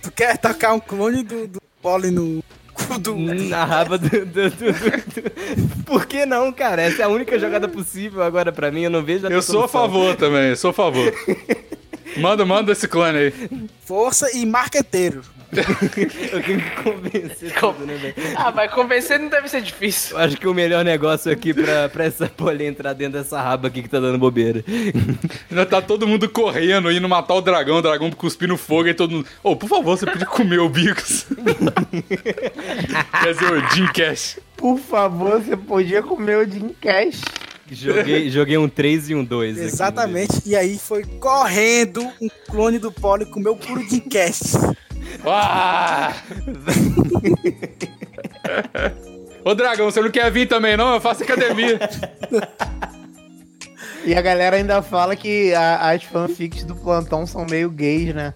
B: Tu quer tacar um clone do, do Poli no cu do.
E: Na raba do, do, do- do- Por que não, cara? Essa é a única jogada possível agora pra mim. Eu não vejo a
A: Eu sou a
E: solução.
A: favor também, eu sou a favor. Manda, manda esse clone aí.
B: Força e marqueteiro.
E: Eu tenho que convencer tudo, né, velho?
D: Ah, mas convencer não deve ser difícil.
E: Eu acho que o melhor negócio aqui pra, pra essa polha entrar dentro dessa raba aqui que tá dando bobeira.
A: Ainda tá todo mundo correndo, indo matar o dragão, o dragão cuspindo fogo e todo mundo. Ô, por favor, você podia comer o Bicos. Quer dizer, o Jim Cash.
C: Por favor, você podia comer o Jim Cash.
E: Joguei, joguei um 3 e um 2. aqui no
B: Exatamente. E aí foi correndo um clone do Poli com o meu puro de cast.
A: Ah! Ô dragão, você não quer vir também, não? Eu faço academia.
C: E a galera ainda fala que a- as fanfics do plantão são meio gays, né?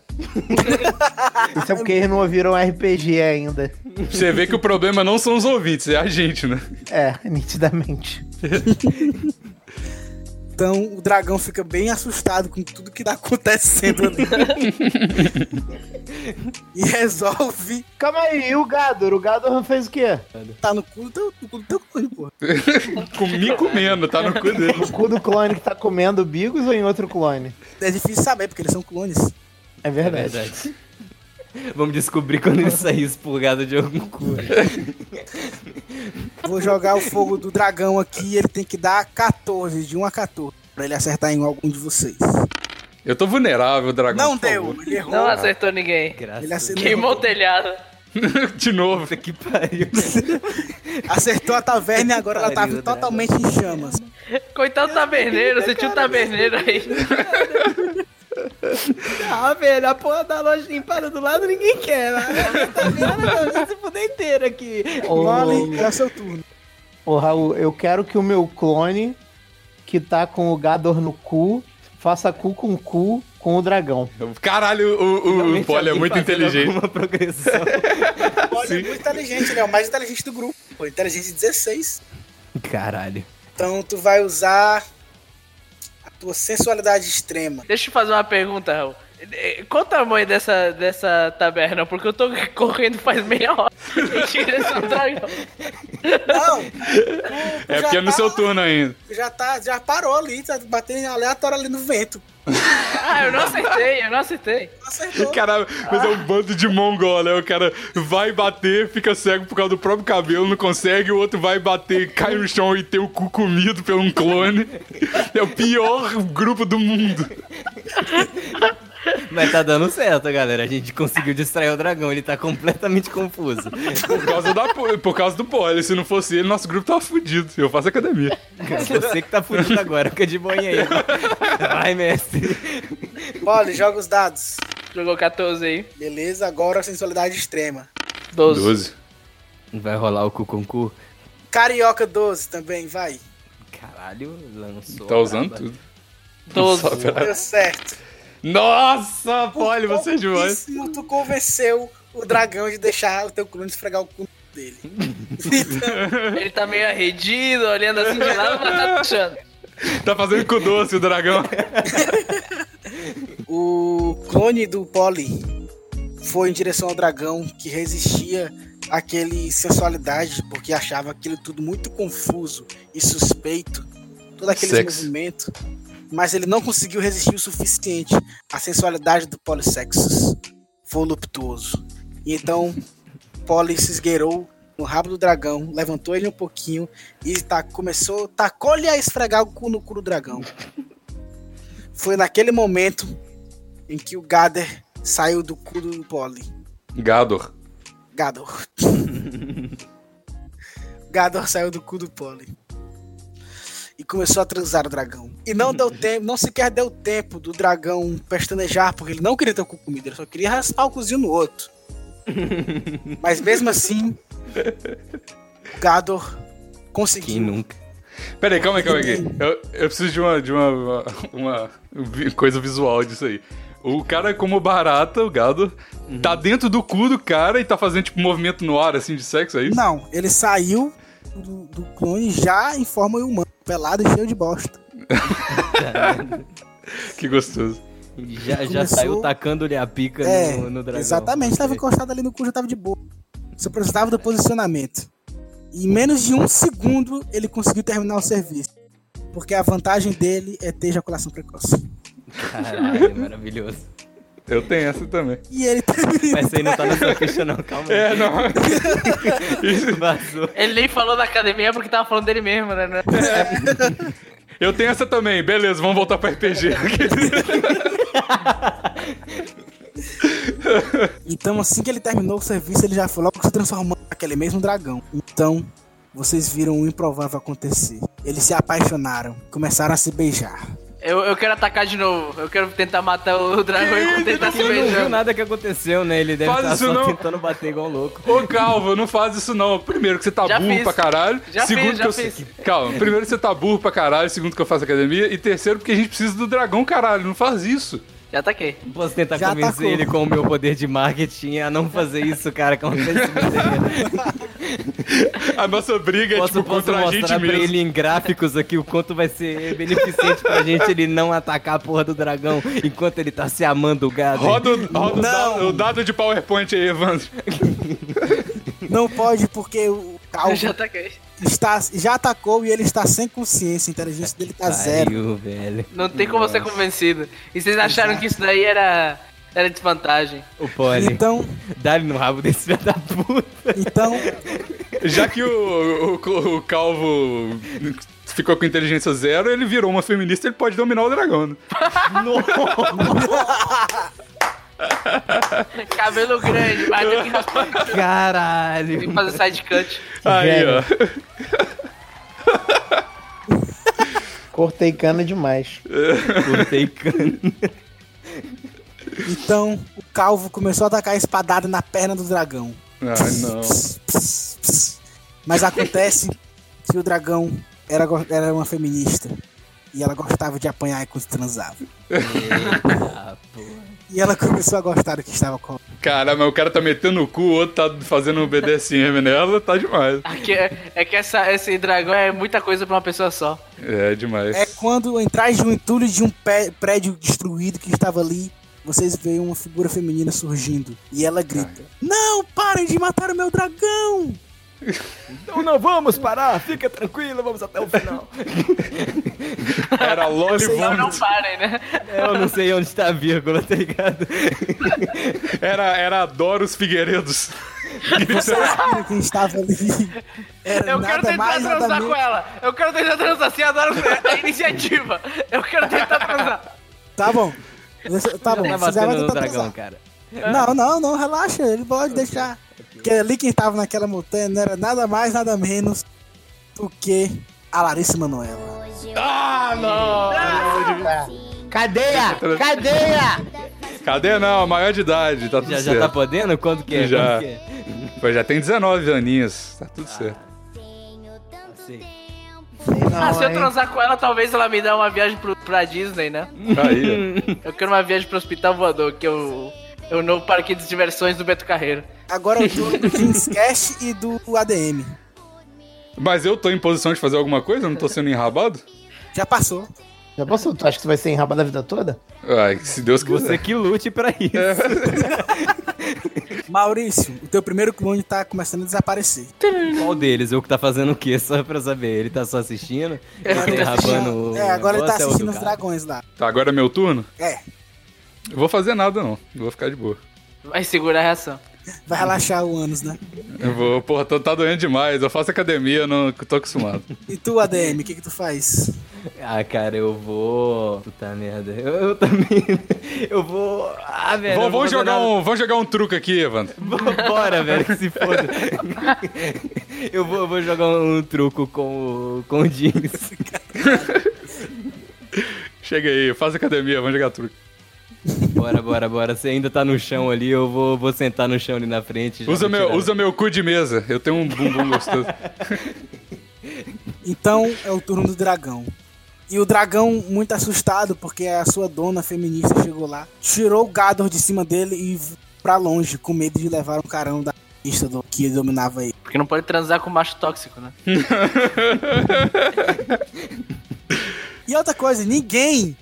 C: Isso é porque eles não ouviram RPG ainda.
A: Você vê que o problema não são os ouvintes, é a gente, né?
C: É, nitidamente.
B: Então o dragão fica bem assustado com tudo que tá acontecendo ali. e resolve
C: Calma aí, e o Gador? O Gador fez o quê?
B: tá no cu do teu, no cu do teu clone, pô.
A: Comi comendo, tá no cu dele.
C: No cu do clone que tá comendo o Bigos ou em outro clone?
B: É difícil saber, porque eles são clones.
C: É
E: É
C: verdade.
E: verdade. Vamos descobrir quando ele sair expurgado de algum cu.
B: Vou jogar o fogo do um dragão aqui ele tem que dar 14, de 1 a 14, pra ele acertar em algum de vocês.
A: Eu tô vulnerável, dragão.
B: Não
A: por
B: deu,
A: favor.
B: ele errou.
D: Não acertou ninguém.
E: Graças
B: Ele
E: a Deus.
B: acertou,
D: Queimou o telhado.
A: De novo.
E: Que pariu.
B: acertou a taverna e agora ela tava
E: Pariu, dragão.
B: totalmente em chamas.
D: Coitado do taberneiro, sentiu o taberneiro aí.
E: Ah, velho, a porra da loja limpada do lado ninguém quer. Mas tá vendo? Vai se fuder inteiro aqui.
C: Ô,
E: Oh.
B: Loli, é o seu turno.
C: ô, Raul, eu quero que o meu clone, que tá com o Gador no cu, faça cu com cu com o dragão.
A: Caralho, o, o, o Poli é
E: alguém
A: muito
E: fazendo
A: inteligente.
E: alguma progressão.
B: Olha, é muito inteligente, ele é o mais inteligente do grupo. Foi inteligente 16.
E: Caralho.
B: Então tu vai usar a tua sensualidade extrema.
D: Deixa eu fazer uma pergunta, Raul. É, Qual o tamanho dessa, dessa taberna? Porque eu tô correndo faz meia hora em direção ao dragão.
B: Não! tá
A: É porque é no seu turno ainda.
B: Já, tá, já parou ali, tá batendo aleatório ali no vento.
D: Ah, eu não acertei, eu não acertei.
B: Acertou.
A: Caralho, mas é um bando de mongol, né? O cara vai bater, fica cego por causa do próprio cabelo, não consegue. O outro vai bater, cai no chão e tem o cu comido por um clone. É o pior grupo do mundo.
E: Mas tá dando certo, galera. A gente conseguiu distrair o dragão. Ele tá completamente confuso.
A: Por causa, da, po- por causa do Poli. Se não fosse ele, nosso grupo tava fudido. Eu faço academia.
E: Cara, você que tá fudido agora. Fica de boinha aí. Vai, mestre.
B: Olha, joga os dados.
D: Jogou 14 aí.
B: Beleza, agora a sensualidade extrema.
D: 12.
A: 12.
E: Vai rolar o cu com cu.
B: Carioca 12 também, vai.
E: Caralho, lançou.
A: Tá
E: a
A: usando
E: braba.
A: tudo. Só
D: 12.
A: pra-
B: Deu certo.
A: Nossa, Poli, você é demais.
B: Pouquíssimo tu convenceu o dragão de deixar o teu clone esfregar o cu dele.
D: Ele tá meio arredido, olhando assim de lado, mas tá puxando.
A: Tá fazendo cu doce o dragão.
B: O clone do Polly foi em direção ao dragão que resistia àquele sensualidade porque achava aquilo tudo muito confuso e suspeito, todo aquele
A: Sexo.
B: movimento. Mas ele não conseguiu resistir o suficiente à sensualidade do polissexus voluptuoso. um E então Polly se esgueirou no rabo do dragão, levantou ele um pouquinho e ta- começou, tacou-lhe a esfregar o cu no cu do dragão. Foi naquele momento em que o Gader saiu do cu do Poli.
A: Gador.
B: Gador. Gador saiu do cu do Poli. E começou a transar o dragão. E não deu tempo, não sequer deu tempo do dragão pestanejar, porque ele não queria ter o cu comido, ele só queria raspar o cozinho no outro. Mas mesmo assim, o Gador
E: Quem
B: conseguiu.
E: nunca?
A: Peraí, calma aí, calma aí. Eu, eu preciso de uma, de uma, uma, uma vi- coisa visual disso aí. O cara, é como barata, o gado,
E: Uhum.
A: tá dentro do cu do cara e tá fazendo, tipo, movimento no ar, assim, de sexo, é isso?
B: Não, ele saiu do, do clone já em forma humana, pelado e cheio de bosta.
A: Que gostoso.
E: Já, já
B: Começou-
E: saiu tacando-lhe a pica
B: É,
E: no, no dragão.
B: Exatamente, tava encostado ali no cu, já tava de boa. Só precisava do posicionamento. E em menos de um segundo, ele conseguiu terminar o serviço. Porque a vantagem dele é ter ejaculação precoce.
E: Caralho, maravilhoso.
A: Eu tenho essa também.
B: E ele terminou.
E: Mas isso aí não tá na sua ficha, não. Calma aí.
A: É, não.
E: Vazou.
D: Ele nem falou da academia porque tava falando dele mesmo, né?
A: Eu tenho essa também. Beleza, vamos voltar pra RPG.
B: Então, assim que ele terminou o serviço, ele já foi logo se transformando naquele mesmo dragão. Então, vocês viram o improvável acontecer. Eles se apaixonaram, começaram a se beijar.
D: Eu, eu quero atacar de novo. Eu quero tentar matar o dragão e tentar se
E: Ele não viu
D: beijar.
E: nada que aconteceu, né? Ele deve
A: Faz
E: estar
A: isso
E: só
A: não.
E: tentando bater igual um louco.
A: Ô, Calvo, não faz isso não. Primeiro que você tá
D: Já
A: burro
D: fiz.
A: pra caralho.
D: Já
A: Segundo
D: fiz, já
A: que eu...
D: fiz.
A: Calma. Primeiro que você tá burro pra caralho. Segundo que eu faço academia. E terceiro porque a gente precisa do dragão, caralho. Não faz isso.
D: Já ataquei.
E: Posso tentar
B: Já
E: convencer
B: atacou.
E: ele com o meu poder de marketing a não fazer isso, cara. Com
A: A nossa briga é,
E: posso
A: tipo,
E: posso
A: contra a gente
E: mostrar pra
A: mesmo.
E: ele em gráficos aqui o quanto vai ser beneficente pra gente ele não atacar a porra do dragão enquanto ele tá se amando o gado.
A: Roda, o- roda o,
B: Não.
A: dado, o dado de PowerPoint aí, Evandro.
B: Não pode porque o
D: Eu
B: Calvo
D: já ataquei.
B: está, já atacou e ele está sem consciência. A inteligência dele tá zero.
E: Pariu, velho.
D: Não tem como ser convencido. E vocês acharam que isso daí era, era desvantagem.
E: O Poli,
B: Então,
E: dá-lhe no rabo desse filho da puta.
B: então
A: Já que o, o- o Calvo ficou com inteligência zero, ele virou uma feminista, ele pode dominar o dragão. né?
D: Cabelo grande, mas tem que raspar, tem
E: Caralho.
D: que fazer side cut.
A: Aí,
C: Gênio.
A: ó.
C: Cortei cana demais.
E: Cortei cano.
B: Então, o calvo começou a atacar a espadada na perna do dragão.
A: Ai, Ah, não.
B: Pss, pss, pss. Mas acontece que o dragão era, go- era uma feminista. E ela gostava de apanhar enquanto transava. E ela começou a gostar do que estava com.
A: Cara, mas o cara tá metendo o cu, o outro tá fazendo um BDSM nela, tá demais.
D: É que, é que essa, esse dragão é muita coisa pra uma pessoa só.
A: É demais.
B: É quando atrás de um entulho de um pé- prédio destruído que estava ali, vocês veem uma figura feminina surgindo. E ela grita: Não, parem de matar o meu dragão!
E: Então não vamos parar, fica tranquilo, vamos até o final.
A: Era Lolly
D: Não, não
A: Vomit.
D: parem, né?
E: É, Eu não sei onde está a vírgula, tá ligado?
A: Era, era Adoros Figueiredos.
B: Sabe quem estava ali? Era
D: Eu quero
B: nada
D: tentar
B: mais, nada
D: transar
B: menos-
D: com ela. Eu quero tentar transar sem adoro a iniciativa. Eu quero tentar transar.
B: Tá bom. Você- Tá bom,
E: Tá
B: você já vai
E: batendo no
B: tentar transar.
E: dragão, cara.
B: Não, não, não, relaxa, ele pode deixar. Porque é ali quem tava naquela montanha não era nada mais, nada menos do que a Larissa Manoela.
A: Ah, não!
F: Cadeia! Cadeia!
A: Cadê não? Maior de idade, tá tudo
E: Já, já
A: certo.
E: tá podendo? Quanto que é?
A: Já.
E: Quanto que é?
A: Pô, já tem 19 aninhos, tá
E: Ah.
A: tudo certo.
E: Sei.
D: Ah, se
C: Não,
D: eu
C: hein?
D: transar com ela, talvez ela me dê uma viagem pro, pra Disney, né?
A: Tá Aí,
D: Eu quero uma viagem pro hospital voador, que eu. É o novo parque de diversões do Beto Carreiro.
B: Agora é o turno do Dreamcast e do ADM.
A: ó. Mas eu tô em posição de fazer alguma coisa? Eu não tô sendo enrabado?
B: Já passou.
F: Já passou? Tu acha que tu vai ser enrabado a vida toda?
A: Ai, se Deus
E: Você
A: quiser.
E: que lute pra isso.
B: Maurício, o teu primeiro clone tá começando a desaparecer.
E: Qual deles? O que tá fazendo o quê? Só pra saber. Ele tá só assistindo? Ele
B: Agora ele
E: tá
B: tá
E: derrabando
B: assistindo,
E: o
B: é, agora ele tá
E: negócio, é o do
B: assistindo os
E: cara?
B: dragões lá.
A: Tá, agora é meu turno?
B: É,
A: Eu vou fazer nada não, vou ficar de boa.
D: Vai segurar a reação.
B: vai relaxar o ânus, né?
A: Eu vou, porra, tô, tá doendo demais, eu faço academia, não tô acostumado.
B: E tu, ADM, o que que tu faz?
E: Ah, cara, eu vou. Puta merda. Eu, eu também. né? Eu vou. Ah, velho.
A: Vamos-
E: eu
A: vamos, jogar
E: não vou fazer
A: um, vamos jogar um truque aqui, Evandro.
E: nada. Bora, velho, que se foda. Eu vou, eu vou jogar um truco com o, com o Jeans.
A: Chega aí, faça academia, vamos jogar truque.
E: Bora, bora, bora. Você ainda tá no chão ali, eu vou, vou sentar no chão ali na frente. já
A: Usa
E: vou
A: meu,
E: tirar-
A: usa meu cu de mesa, eu tenho um bumbum gostoso.
E: É
B: Então é o turno do dragão. E o dragão, muito assustado, porque a sua dona feminista chegou lá, tirou o Gador de cima dele e v- pra longe, com medo de levar um carão da feminista do que dominava ele.
D: Porque não pode transar com macho tóxico, né?
B: E outra coisa, ninguém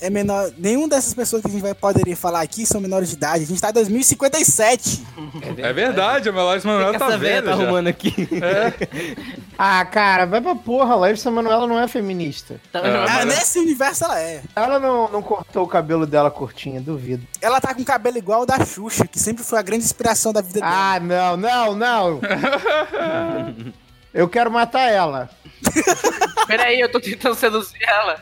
B: é menor. Nenhum dessas pessoas que a gente vai poderia falar aqui são menores de idade. A gente tá em 2057.
A: É verdade, a Melares
E: O
A: Manoel
E: que
A: tá
E: essa velha
A: velha
E: tá
A: já.
E: arrumando aqui.
F: Ah, cara, vai pra porra, Larissa Manoela não é feminista.
D: Então, não
A: Ah,
B: Ah,
D: é-
A: mas-
B: nesse universo ela é.
F: Ela não, não cortou o cabelo dela curtinho, duvido.
B: Ela tá com cabelo igual o da Xuxa, que sempre foi a grande inspiração da vida dela.
F: Ah, não, não, não. Eu quero matar ela.
D: Peraí, eu tô tentando seduzir ela.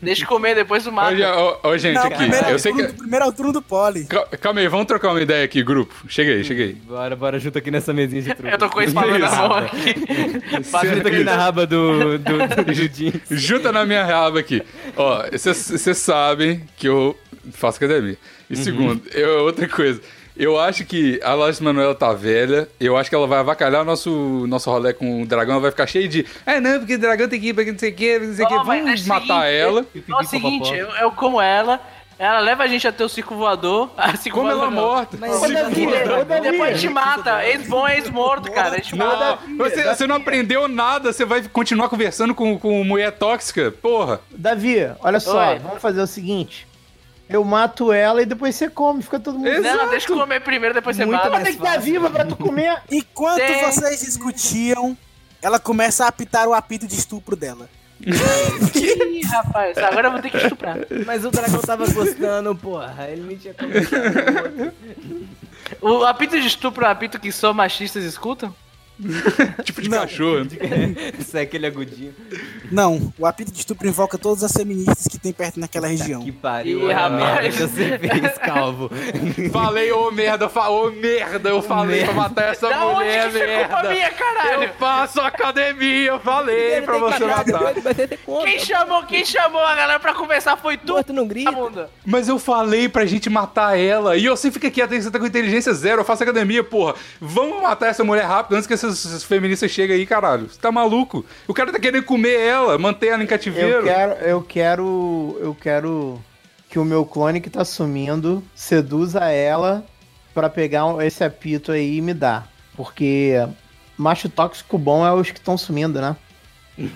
D: Deixa eu comer, depois tu mata.
A: Ô, já- ô, ô, gente,
B: Não,
A: aqui,
B: primeiro, é
A: eu
B: o
A: sei
B: turno,
A: que...
B: do- primeiro é o turno do Poli.
A: Cal- Calma aí, vamos trocar uma ideia aqui, grupo. Chega aí, chega aí.
E: Bora, bora, junto aqui nessa mesinha de truco.
D: Eu tô com esse palmo na
A: Isso.
D: mão aqui.
A: tá
E: Junta aqui na raba do, do, do, do Jeans.
A: Junta na minha raba aqui. Ó, vocês sabem que eu faço academia. E segundo, eu, outra coisa. Eu acho que a Larissa Manoela tá velha. Eu acho que ela vai avacalhar o nosso, nosso rolê com o dragão. Ela vai ficar cheia de. Ah, não, porque o dragão tem que ir pra que não sei o que, não sei o que.
D: Ó, mas é o
A: Vamos
D: seguinte,
A: matar ela.
D: Ó, É o seguinte, eu, eu como ela, ela leva a gente até o circo voador. Ah, circo
A: Como ela é
D: voador não.
A: morta. Se
D: é
F: Davi,
A: foda.
F: ô, Davi.
D: Depois a gente mata. Ex-bom, ex-morto, cara. A gente mata.
A: Não, você, você
D: né?
A: não aprendeu nada, você vai continuar conversando com, com mulher tóxica? Porra.
F: Davi, olha só,
D: Oi.
F: vamos fazer o seguinte. Eu mato ela e depois você come, fica todo mundo...
A: Exato.
D: Não, deixa eu comer primeiro, depois você
F: Muito
D: mata.
F: mas tem que estar viva pra tu comer.
B: Enquanto
D: Sim.
B: vocês discutiam, ela começa a apitar o apito de estupro dela.
D: Ih, rapaz, agora eu vou ter que estuprar.
E: Mas o dragão tava gostando, porra. Ele me tinha comentado.
D: O apito de estupro é o apito que só machistas escutam?
A: Tipo de cachorro. né?
E: Isso é aquele agudinho.
B: Não, o apito de estupro invoca todas as feministas que tem perto naquela região.
E: Que pariu,
D: Ih,
E: olha a merda
D: rapaz.
E: que você fez, calvo.
A: Falei, ô merda, fa- ô merda, eu falei pra matar essa
D: Da onde que
A: mulher,
D: isso é culpa
A: merda.
D: minha, caralho?
A: Eu faço academia, eu falei pra você matar.
E: Vai ter ter conta.
D: Quem chamou, quem chamou a galera pra conversar foi tu,
E: Morto não grita.
D: bunda.
A: Mas eu falei pra gente matar ela. E você fica aqui, até que você tá com inteligência zero, eu faço academia, porra. Vamos matar essa mulher rápido antes que essas, essas feministas cheguem aí, caralho. Você tá maluco? O cara tá querendo comer ela, manter ela em
C: Eu
A: cativeiro.
C: quero, eu quero, eu quero que o meu clone que tá sumindo seduza ela pra pegar um- esse apito aí e me dar, porque macho tóxico bom é os que estão sumindo, né?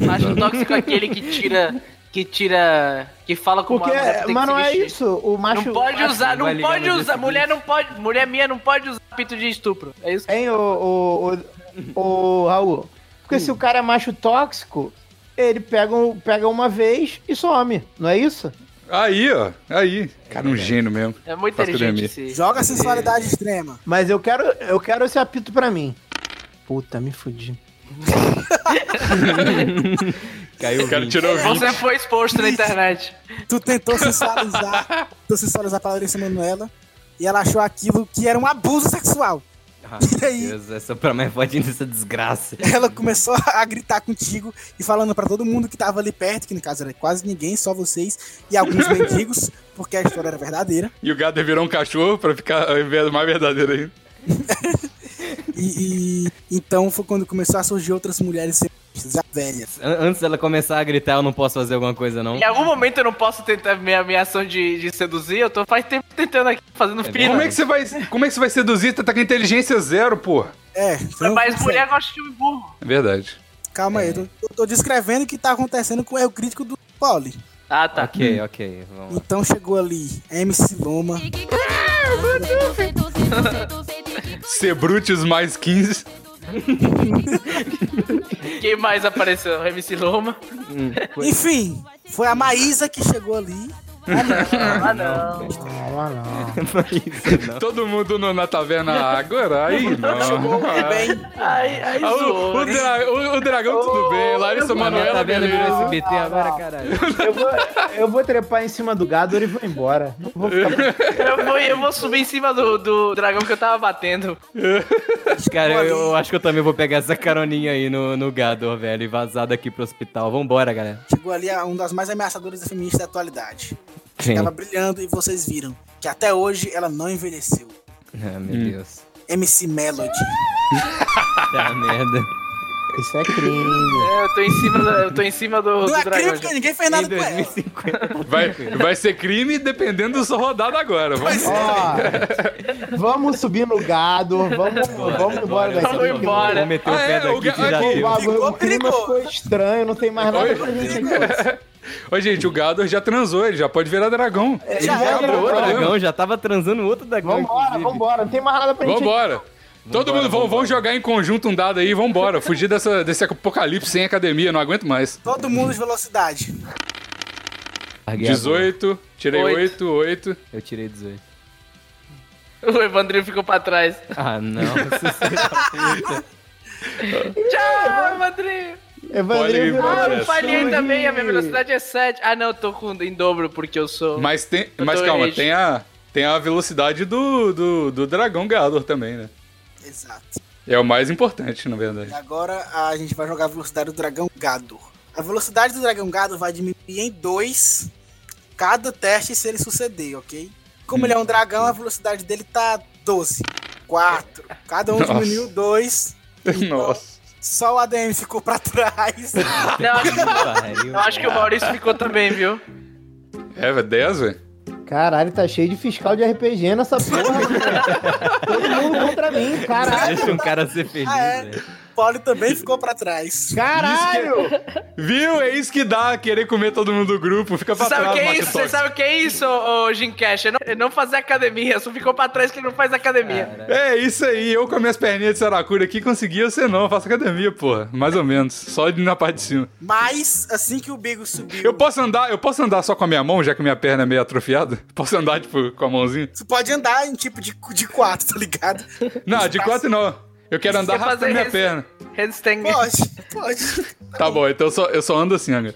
D: Macho tóxico é aquele que tira. Que tira. Que fala com
C: Porque,
D: uma mulher que tem
C: mas
D: que
C: não
D: se
C: é
D: vestir.
C: isso, o macho.
D: Não pode
C: macho-
D: usar,
E: vai
D: não
E: ligar no
D: pode
E: dia
D: usar.
E: seguinte.
D: Mulher não pode. Mulher minha não pode usar apito de estupro. É isso?
C: Hein, o, o, o, Raul? Porque
D: Hum.
C: se o cara é macho tóxico, ele pega, um- pega uma vez e some, não é isso?
A: Aí, ó. Aí. Cara, um gênio mesmo.
D: É muito
A: Faço
D: inteligente
A: academia.
D: esse.
B: Joga a sensualidade extrema.
C: Mas eu quero, eu quero esse apito pra mim. Puta, me fudi.
E: Caiu
A: O cara tirou 20.
D: Você foi exposto na internet.
B: Tu tentou sensualizar, tentou sensualizar a Patrícia Manuela e ela achou aquilo que era um abuso sexual.
E: Ah,
B: E aí?
E: Deus, essa pra mim é fodinha dessa desgraça.
B: Ela começou a gritar contigo e falando pra todo mundo que tava ali perto, que no caso era quase ninguém, só vocês e alguns mendigos, porque a história era verdadeira.
A: E o gado virou um cachorro pra ficar eh, mais verdadeiro aí.
B: E, e- então foi quando começou a surgir outras mulheres feministas, já velhas.
E: An- Antes dela começar a gritar, eu não posso fazer alguma coisa, não.
D: Em algum momento eu não posso tentar minha, minha ação de, de seduzir, eu tô faz tempo tentando aqui, fazendo
E: É
D: pino.
A: Como é que você vai, como é que você vai seduzir? Tá tá com inteligência zero, porra.
B: É, então,
D: Mas mulher gosta de filme burro.
A: É verdade.
B: calma aí, eu tô, eu tô descrevendo o que tá acontecendo com o erro crítico do Poli.
D: Ah, tá.
E: Ok, ok, vamos lá.
B: Então chegou ali MC Loma,
A: Sebrutes mais 15.
D: Quem mais apareceu? MC Loma?
B: enfim, foi a Maísa que chegou ali.
D: Ah, não.
C: Não, ah, não.
E: Isso, não.
A: Todo mundo no- na taverna agora. Aí, não.
D: Aí,
C: É
D: aí
A: Ah,
D: zoou.
A: o, o dra- o- o dragão, tudo bem. Larissa Manoela,
E: Tá vendo meu
A: beleza.
E: SBT agora, caralho?
C: Eu vou, eu vou trepar em cima do gado e vou embora. Não vou ficar
D: Eu vou, eu vou subir em cima do, do dragão que eu tava batendo.
E: Cara, eu, eu acho que eu também vou pegar essa caroninha aí no, no gado, ó, velho, e vazar daqui pro hospital. Vambora, galera.
B: Chegou ali a- um das mais ameaçadoras da feminista da atualidade.
E: Sim.
B: Ela brilhando e vocês viram que até hoje ela não envelheceu.
E: Ah, meu
A: Hum.
E: Deus.
B: MC Melody.
E: Tá merda.
C: Isso é crime.
D: É, eu tô em cima do, eu tô em cima do,
B: Não
D: do
B: é crime
D: dragão.
B: porque ninguém fez
E: Em
B: nada com ela.
E: 2050.
A: Vai, vai ser crime dependendo do seu rodado agora. Vamos lá.
C: Ó, vamos subir no gado, vamos, vamos embora daqui.
D: Vamos embora.
E: Vamos meter o
A: Ah,
E: pé
A: é, o
E: daqui
A: ga-
E: que já
A: aqui.
C: O,
E: deu.
C: bagulho-
B: Ficou
C: o clima
B: perigoso.
C: ficou estranho, não tem mais nada pra gente aqui.
A: Ô, gente, o gado já transou, ele já pode virar dragão.
C: É,
B: Já
C: já
B: era
E: Outro
A: Acabou,
C: era.
A: né?
E: dragão, já tava transando outro dragão.
C: Vambora,
E: inclusive.
C: vambora, não tem mais nada pra gente aqui.
A: Vambora. Todo mundo, vão, vão jogar em conjunto um dado aí, vambora. Fugir dessa, desse apocalipse sem academia, não aguento mais.
B: Todo mundo de velocidade.
E: Larguei a bola.
A: 18, tirei
D: Oito.
A: 8, 8.
E: Eu tirei 18.
D: O Evandrinho ficou pra trás.
E: Ah, não.
D: Tchau, Evandrinho!
A: Olha aí,
C: Evandrinho virou
A: mano.
D: Ah,
A: Parece.
D: eu falhei também, a minha velocidade é 7. Ah, não, eu tô com em dobro porque eu sou.
A: Mas, tem,
D: Eu
A: mas
D: tô
A: calma,
D: rage.
A: tem a, tem a velocidade do, do, do dragão Gador também, né?
B: Exato.
A: É o mais importante, na verdade.
B: E agora a gente vai jogar a velocidade do dragão gado. A velocidade do dragão gado vai diminuir em 2 cada teste se ele suceder, ok? Como ele é um dragão, a velocidade dele tá 12. 4. Cada um
A: Nossa.
B: diminuiu 2.
A: Nossa.
B: Só o ADM ficou pra trás.
D: Não, acho que-
E: Pariu.
D: eu acho que o Maurício ficou também, viu?
A: É, velho, 10, velho?
C: Caralho, tá cheio de fiscal de RPG nessa porra. cara. Todo mundo contra mim,
A: Ah, é.
C: caralho.
E: Deixa um cara ser feliz,
B: Ah, é.
E: velho.
B: Polly também ficou pra trás.
C: Caralho!
A: Viu? É isso que dá, querer comer todo mundo do grupo. Fica pra
D: Você sabe o
A: trás,
D: que é
A: macho
D: isso? Você
A: tóxico.
D: sabe o que é isso, ô, ô, Jim Cash? É não, é não fazer academia. Só ficou pra trás que ele não faz academia.
A: É isso aí, eu com as minhas perninhas de saracura aqui consegui, você não, eu faço academia, porra. Mais ou menos, só de- na parte de cima.
B: Mas assim que o Bigo subiu,
A: Eu posso andar, eu posso andar só com a minha mão, já que minha perna é meio atrofiada? Posso andar, tipo, com a mãozinha?
B: você pode andar em tipo de, de quatro, tá ligado?
A: Não, de quatro não. Eu quero andar
D: quer
A: rápido com a
D: fazer
A: minha
D: res-
A: perna.
D: Handstand.
B: Pode, pode.
A: Tá bom, então eu só, eu só ando assim, Anga.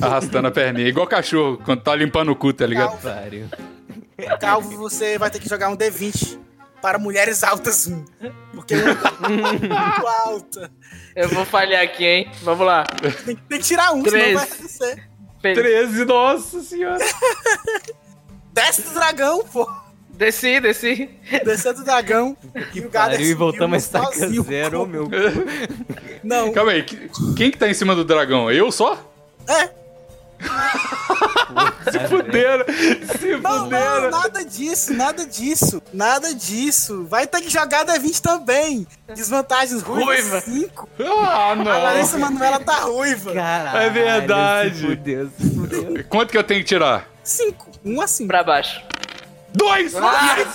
A: Arrastando a perninha. Igual cachorro, quando tá limpando o cu, tá ligado?
B: Calvo, calvo, você vai ter que jogar um D20 para mulheres altas. um. Porque eu muito alta.
D: Eu vou falhar aqui, hein? Vamos lá.
B: Tem, que- tem que tirar um, senão
D: Três.
B: vai acontecer.
D: Pe-
A: 13, nossa senhora.
B: Desce do dragão, pô.
D: Desci, desci.
B: Desceu do dragão. e o Gades
E: Pariu e voltamos a
B: subiu
E: estaca
B: sozinho,
E: zero,
B: pô.
E: meu.
B: Não,
A: Calma aí, que- quem que tá em cima do dragão? Eu só?
B: é.
A: Se fuderam, se
B: Não, não,
A: fuderam.
B: nada disso, nada disso. Nada disso. Vai ter que jogar D20 também. Desvantagens
D: Ruiva.
B: ruivas. 5.
A: Ah,
B: A Larissa
A: não.
B: Manuela tá ruiva.
E: Caralho.
A: É verdade.
E: Se fudeu, se fudeu.
A: Quanto que eu tenho que tirar?
B: 5. 1 a 5.
D: Pra baixo.
A: Dois!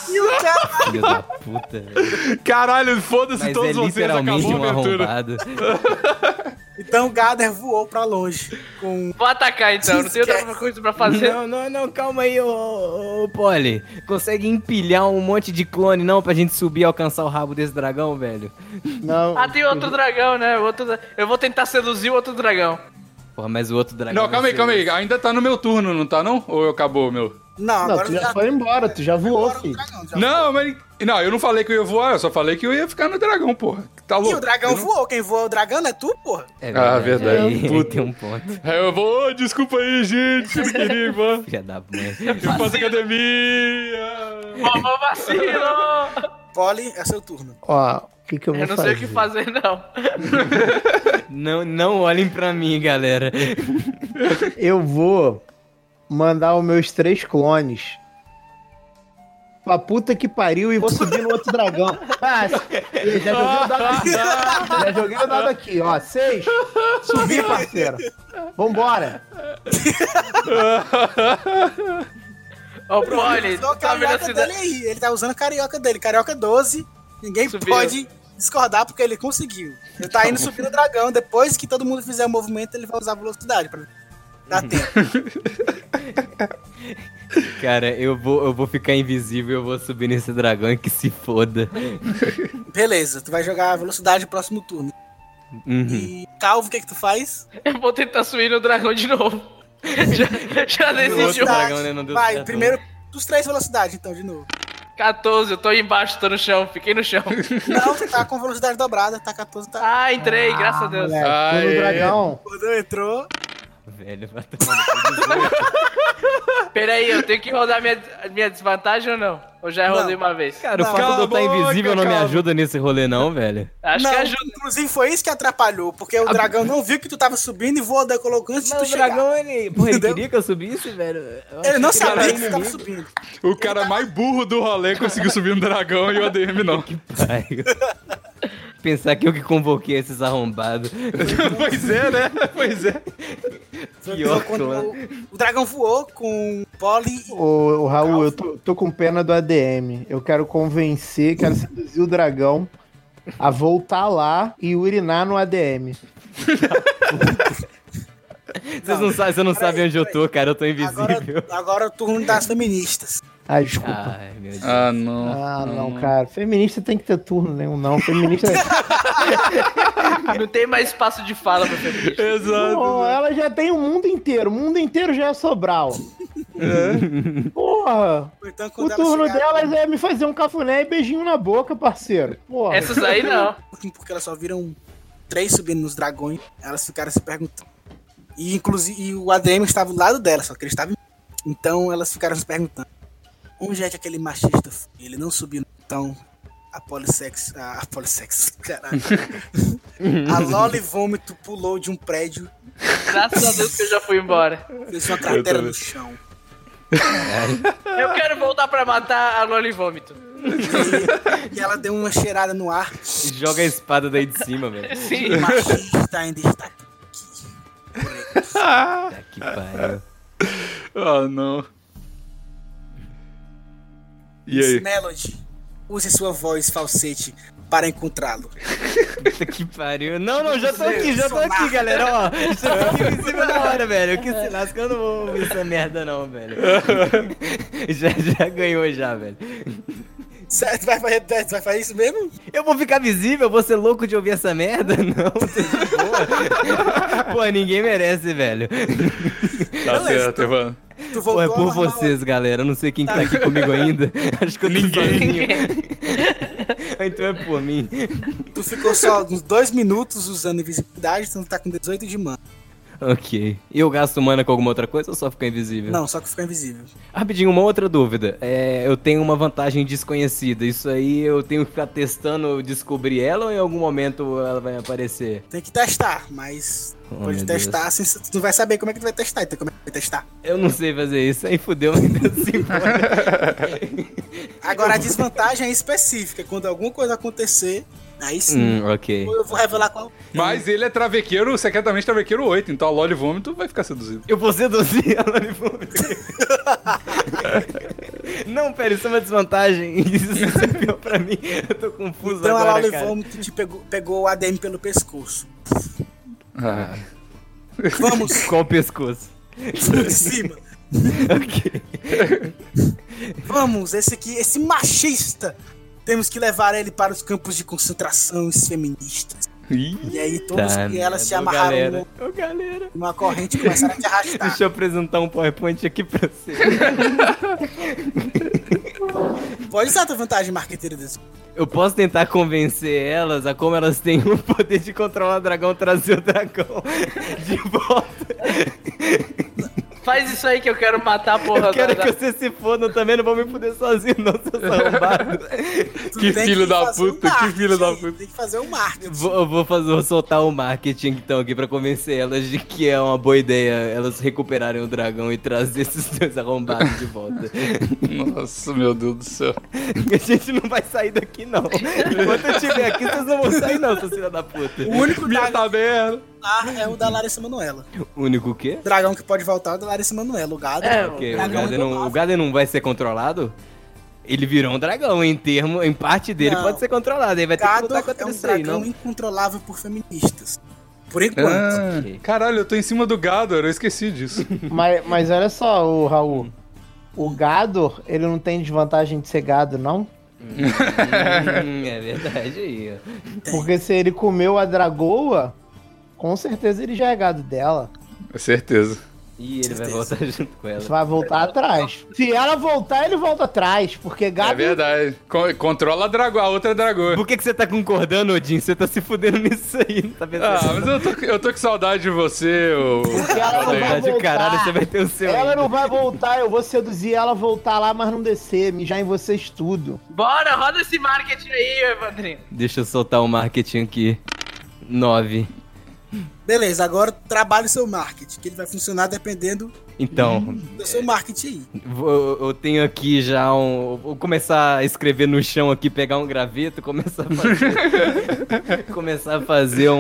E: Filho da puta, velho.
A: Caralho, foda-se
E: Mas
A: todos
E: é
A: vocês,
E: literalmente
A: acabou
E: um
A: a aventura.
E: arrombado.
B: Então o Gader voou pra longe. Com...
D: Vou atacar então, não tem outra
B: Esquece.
D: coisa pra fazer.
E: Não, não, não, calma aí, ô, ô, ô Polly. Consegue empilhar um monte de clone, não, pra gente subir e alcançar o rabo desse dragão, velho?
C: Não.
D: Ah, tem outro dragão, né? O Outro... Eu vou tentar seduzir o outro dragão.
E: Porra, mas o outro dragão.
A: Não, calma aí,
E: vai ser-
A: calma aí. Ainda tá no meu turno, não tá não? Ou acabou o meu?
B: Não,
C: Não,
B: agora
C: tu já foi embora, tu já voou,
B: Agora o
C: filho.
B: dragão
E: Tá
B: já voou.
A: Não, mas... Não, eu não falei que eu ia voar, eu só falei que eu ia ficar no dragão, porra. Tá louco.
B: E o dragão
A: Eu não-
B: voou. Quem voou é o dragão, não é tu, porra?
E: É
A: Ah, verdade.
E: Aí,
A: Puta.
E: tem um ponto.
A: Aí eu vou, "Ô, desculpa aí, gente, é eu não queria ir embora.
E: Filha da mãe.
A: Eu faço academia.
D: Vovó vacilo!
B: Polly, é seu turno.
C: Ó, o que que eu vou
D: Eu não
C: fazer?
D: sei o que fazer, não.
E: Não, não olhem pra mim, galera.
C: Eu vou mandar os meus três clones pra puta que pariu e vou subir no outro dragão. Ah, já joguei o dado aqui. Já joguei o dado aqui, ó. Seis. Subi, parceiro. Vambora.
D: Ô, Polly,
B: Usou a
D: tu tá vendo a
B: carioca
D: cidade.
B: dele aí. Ele tá usando a carioca dele. Carioca 12. Ninguém
D: Subiu.
B: pode discordar porque ele conseguiu. Ele tá indo subir o dragão. Depois que todo mundo fizer o movimento, ele vai usar a velocidade pra dar tempo.
E: Cara, eu vou, eu vou ficar invisível, eu vou subir nesse dragão e que se foda.
B: Beleza, tu vai jogar a velocidade no próximo turno.
E: Uhum.
B: E Calvo, o que que tu faz?
D: Eu vou tentar subir no dragão de novo. já, já decidiu.
E: Velocidade. dragão, né, não deu
B: vai,
E: certo,
B: primeiro dos três velocidades, então, de novo.
D: 14, eu tô embaixo, tô no chão, fiquei no chão.
B: Não, tu tá com velocidade dobrada, tá 14, tá...
D: Ah, entrei, graças a Deus.
C: Moleque,
A: Ah,
C: tô no
A: é.
C: dragão.
B: Quando entrou...
E: Velho, vai tomar no cu.
D: Pera aí, eu tenho que rodar minha, minha desvantagem ou não? Ou já
B: Não.
D: rodei uma vez?
E: Cara, o
B: Não.
E: fato de eu estar
A: Cala a boca,
E: invisível não me
A: calma.
E: ajuda nesse rolê, não, velho.
D: Acho
B: não,
D: que ajuda.
B: inclusive foi isso que atrapalhou, porque o dragão não viu que tu tava subindo e voou, decolou antes de tu chegar.
E: ele, porra,
B: ele Entendeu?
E: queria que eu subisse, velho.
B: Ele não sabia que
E: ele
B: tu tava subindo.
A: O
B: tá
A: cara mais burro do rolê conseguiu subir no dragão e o ADM não.
E: Pensar que eu que convoquei esses arrombados.
A: pois é, né? Pois é.
E: Pior né?
B: Quando
E: clã.
B: o, o dragão voou com o Polly.
C: Ô, ô, Raul, eu tô, tô com pena do ADM. Eu quero convencer, quero seduzir o dragão a voltar lá e urinar no ADM.
E: Vocês não sabem, vocês não
B: Peraí,
E: sabem onde eu tô, cara. Eu tô
B: Agora,
E: invisível.
B: agora é o turno das feministas.
C: Ai, Ah, desculpa.
E: Ai, meu Deus.
A: Ah, não.
C: Ah, não, cara. Feminista tem que ter turno nenhum, não. Feminista.
D: Não tem mais espaço de fala pra feminista.
A: Exato.
C: Pô, ela já tem o mundo inteiro. O mundo inteiro já é Sobral.
A: É.
C: Porra!
B: Então,
C: O
B: quando ela
C: turno
B: chegar-
C: delas é me fazer um cafuné e beijinho na boca, parceiro.
A: É.
C: Porra.
D: Essas aí não.
B: Porque elas só viram três subindo nos dragões. Elas ficaram se perguntando. E, inclusive, e o ADM estava do lado dela, só que ele estava. em- Então elas ficaram se perguntando: onde é que aquele machista foi? Ele não subiu. Então, a polissex. A, a polissex, caralho. a Loli Vômito pulou de um prédio,
D: Graças a Deus que eu já fui embora.
B: fez uma cratera
A: também.
B: no chão.
D: Eu quero voltar pra matar a Loli Vômito.
B: E ela deu uma cheirada no ar.
E: Joga a espada daí de cima, velho.
D: Sim.
B: O machista ainda está aqui.
E: Tá que pariu.
A: Ah, não. E aí?
B: Melody, use sua voz falsete para encontrá-lo.
E: Puta que pariu. Não, não, já tô aqui, já tô aqui, galera. Ó, já tô aqui em cima da hora, velho. Que se lasca, eu não vou ouvir essa merda, não, velho. Já, já ganhou, já, velho.
B: Sério, tu vai fazer, tu vai fazer isso mesmo?
E: Eu vou ficar visível, eu vou ser louco de ouvir essa merda? Não, tô de boa. Pô, ninguém merece, velho.
A: Tá
B: Beleza,
A: certo,
B: então.
A: Ivan.
B: Tu
E: Pô, é
B: ao
E: por
B: normal?
E: vocês, galera. Eu não sei quem tá aqui comigo ainda. Acho que eu tô
A: Ninguém.
E: sozinho. então é por mim.
B: Tu ficou só uns dois minutos usando invisibilidade, tu não tá com 18 de mana.
E: Ok. E eu gasto mana com alguma outra coisa ou só ficar invisível?
B: Não, só que ficou invisível.
E: Rapidinho, uma outra dúvida. É, eu tenho uma vantagem desconhecida. Isso aí eu tenho que ficar testando descobrir ela ou em algum momento ela vai aparecer?
B: Tem que testar, mas
E: Oh,
B: pode
E: meu
B: testar, assim, tu não vai saber como é que tu vai testar, então como é que tu vai testar?
E: Eu não sei fazer isso. Aí fudeu, ainda assim.
B: Agora a desvantagem é específica, quando alguma coisa acontecer, aí sim
E: hum, ok.
B: eu vou revelar qual.
A: Mas ele é travequeiro, secretamente travequeiro 8, então a Loli Vômito vai ficar seduzido.
E: Eu vou seduzir ela e vou. Não, pera, isso é uma desvantagem. Isso serviu pra mim. Eu tô confuso
B: Então
E: agora,
B: ela
E: cara.
B: levou que te pegou, pegou o ADM pelo pescoço.
A: Ah.
B: Vamos,
E: Com o pescoço.
B: de cima.
E: ok.
B: Vamos, esse aqui, esse machista. Temos que levar ele para os campos de concentração os feministas.
A: Ih,
B: E aí todos
E: Tá,
B: e elas se
E: ô,
B: amarraram
E: galera. Ô, galera.
B: numa corrente e começaram a te arrastar.
E: Deixa eu apresentar um PowerPoint aqui pra você.
B: Pode usar a tua vantagem marqueteira desse.
E: Eu posso tentar convencer elas a como elas têm o poder de controlar o dragão, trazer o dragão de volta.
D: Faz isso aí que eu quero matar a porra
E: Eu quero
D: da-
E: que você se foda também, não vou me fuder sozinho, não, seu arrombado.
B: Tu
A: Que
B: tem
A: filho da
B: fazer um
A: puta, que
B: marketing,
A: filho da puta.
B: Tem que fazer um marketing.
E: Vou, eu vou fazer, vou soltar o marketing então aqui pra convencer elas de que é uma boa ideia elas recuperarem o dragão e trazer esses dois arrombados de volta.
A: nossa, meu Deus do céu.
E: A gente não vai sair daqui não. Enquanto eu estiver aqui, vocês não vão sair não, seus filha da puta.
B: O único
A: Minha
B: dragão
A: tabela.
B: lá é o da Larissa Manoela.
E: Único o quê?
B: O dragão que pode voltar é o da Larissa Manoela, o gado.
D: É,
E: Porque o
B: Dragão
E: Gaden não,
B: indomável.
E: o Gaden não vai ser controlado? Ele virou um dragão, em termo, em parte dele
B: Não.
E: pode ser controlado, ele vai
B: o
E: ter que
B: gado
E: lutar contra
B: é um
E: isso aí,
B: dragão
E: não?
B: incontrolável por feministas. Por enquanto.
A: Ah,
E: Ok.
A: caralho, eu tô em cima do gado, eu esqueci disso.
C: Mas, mas olha só, o Raul. O gado, ele não tem desvantagem de ser gado, não?
E: Hum, é verdade aí, ó.
C: Porque se ele comeu a dragoa, com certeza ele já é gado dela.
A: É certeza.
E: E ele vai
B: Certeza.
E: voltar junto com ela.
C: Vai voltar atrás. Se ela voltar, ele volta atrás. Porque
A: É
C: gado.
A: verdade. Con- controla a, drago, a outra dragoa.
E: Por que, que você tá concordando, Odin? Você tá se fudendo nisso aí, não tá pensando?
A: Ah, mas eu tô, eu tô com saudade de você, ô.
C: ela não vai
E: Saudade,
C: voltar.
E: caralho, você vai ter o seu.
C: Ela
E: ainda.
C: não vai voltar, eu vou seduzir ela voltar lá, mas não descer, mijar em vocês tudo.
D: Bora, roda esse marketing aí, Evandrinho.
E: Deixa eu soltar o marketing aqui. 9.
B: Beleza, agora trabalhe o seu marketing, que ele vai funcionar dependendo
E: Então,
B: do
A: É.
B: seu marketing aí.
E: vou- eu tenho aqui já um. Vou começar a escrever no chão aqui, pegar um graveto, começar a fazer. começar a fazer um,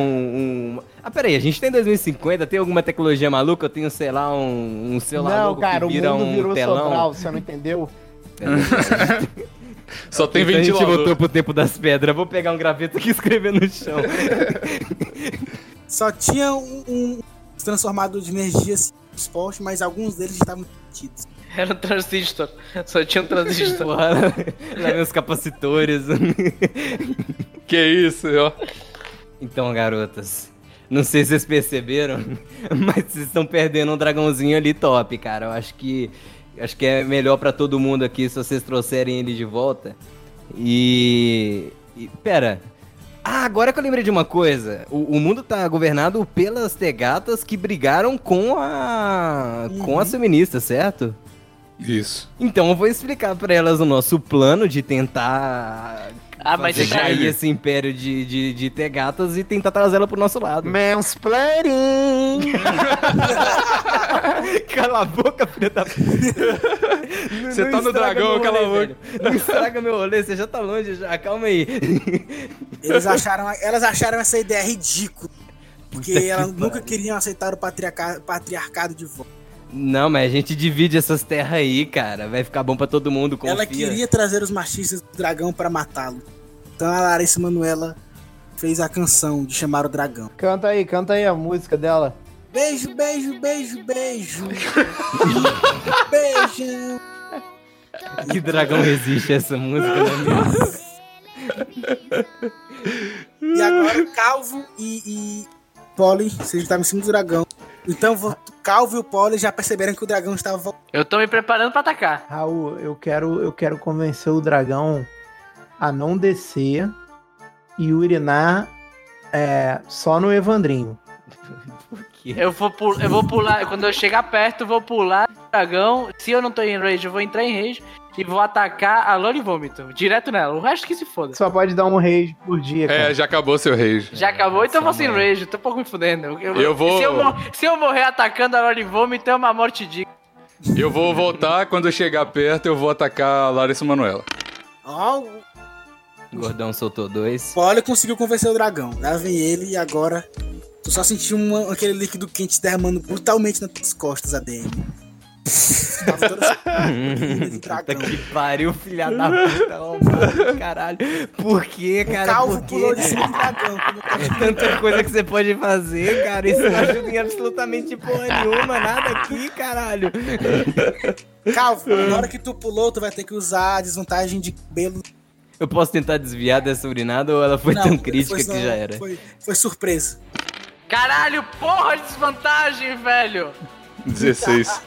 E: um- Ah, peraí, a gente tem 2050, tem alguma tecnologia maluca? Eu tenho, sei lá, um, um celular
C: não,
E: louco
C: cara, o
E: que vira
C: mundo
E: um
C: virou
E: telão.
C: Sobral, você não entendeu?
A: Só tem
E: Então a gente
A: ventilador.
E: voltou pro tempo das pedras. Vou pegar um graveto aqui e escrever no chão.
B: Só tinha um, um transformador de energia esporte, mas alguns deles estavam perdidos.
D: Era um transistor. Só tinha um transistor.
E: Porra, levei os capacitores.
A: Que isso, ó.
E: Então, garotas, não sei se vocês perceberam, mas vocês estão perdendo um dragãozinho ali top, cara. Eu acho que acho que é melhor pra todo mundo aqui se vocês trouxerem ele de volta. E, e- pera. Ah, agora que eu lembrei de uma coisa. O, o mundo tá governado pelas tegatas que brigaram com a com as feministas, certo?
A: Isso.
E: Então eu vou explicar pra elas o nosso plano de tentar
D: Ah, mas
E: fazer
D: isso aí.
E: cair esse tá império de, de, de ter gatas e tentar trazer ela pro nosso lado.
F: Mansplaining!
E: Cala a boca, filha da puta. Não-
A: Você
E: não
A: tá no
E: estraga
A: dragão,
E: meu
A: cala a
E: rolê,
A: boca.
E: velho. Não estraga meu rolê, você já tá longe já, calma aí.
B: Eles acharam, elas acharam essa ideia ridícula. Porque elas nunca queriam aceitar o patriarca- patriarcado de volta.
E: Não, mas a gente divide essas terras aí, cara. Vai ficar bom pra todo mundo, confia.
B: Ela queria trazer os machistas do dragão para matá-lo. Então a Larissa Manuela fez a canção de chamar o dragão.
C: Canta aí, canta aí a música dela.
B: Beijo, beijo, beijo, beijo. Beijão.
E: Que dragão resiste essa música, né? meu?
B: E agora Calvo e, e Polly se juntaram em cima do dragão. Então vo- Calvo e o Polly já perceberam que o dragão estava voltando.
D: Eu tô me preparando pra atacar.
C: Raul, eu quero, eu quero convencer o dragão a não descer e urinar é, só no Evandrinho.
D: Eu vou, pu- eu vou pular, quando eu chegar perto, eu vou pular do dragão. Se eu não tô em rage, eu vou entrar em rage e vou atacar a Loli Vômito, direto nela. O resto que se foda.
C: Só pode dar um rage por dia, cara.
G: É, já acabou seu rage.
D: Já
E: É,
D: acabou, então eu vou sem
E: mano.
D: rage, tô um pouco me fudendo.
G: Eu vou-
D: Se eu, mor- se eu morrer atacando a Loli Vômito, é uma morte digna.
G: Eu vou voltar, quando eu chegar perto, eu vou atacar a Larissa Manoela.
B: Ó,
E: Gordão soltou
B: o
E: dois.
B: Polly conseguiu convencer o dragão. Lá vem ele e agora tu só sentiu uma- aquele líquido quente derramando brutalmente nas tuas costas, ADM. Tava todas as
E: Puta
B: dragão.
E: que pariu, filha da puta, ó, mano, caralho. Por que,
B: O
E: cara?
B: Calvo
E: Por
B: pulou de
E: quê?
B: cima do dragão.
E: É tanta coisa que você pode fazer, cara. Isso não ajuda em absolutamente porra nenhuma, nada aqui, caralho.
B: Calvo, na hora que tu pulou, tu vai ter que usar a desvantagem de cabelo.
E: Eu posso tentar desviar dessa urinada ou ela foi tão crítica
B: foi só-
E: que já era?
B: Foi, foi surpresa.
D: Caralho, porra de desvantagem, velho.
G: 16.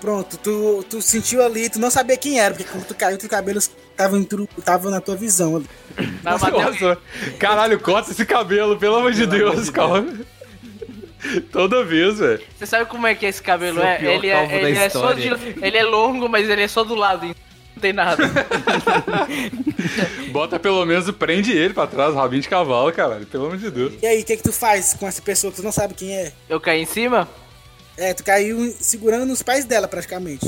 B: Pronto, tu, tu sentiu ali, tu não sabia quem era, porque quando tu caiu, teus cabelos estavam intru- estavam na tua visão ali.
D: Vai bater alguém.
G: Nossa, caralho, corta esse cabelo, pelo amor de Deus, calma. Toda vez, velho.
D: Você sabe como é que esse cabelo
E: Esse é o
D: é?
E: pior
D: Ele é,
E: calvo da
D: ele, é só de,
E: história.
D: ele é longo, mas ele é só do lado, então não tem nada.
G: Bota pelo menos, prende ele pra trás, rabinho de cavalo, caralho, pelo amor de Deus.
B: E aí, o que, que tu faz com essa pessoa que tu não sabe quem é?
D: Eu caí em cima,
B: É, tu caiu segurando os pés dela praticamente.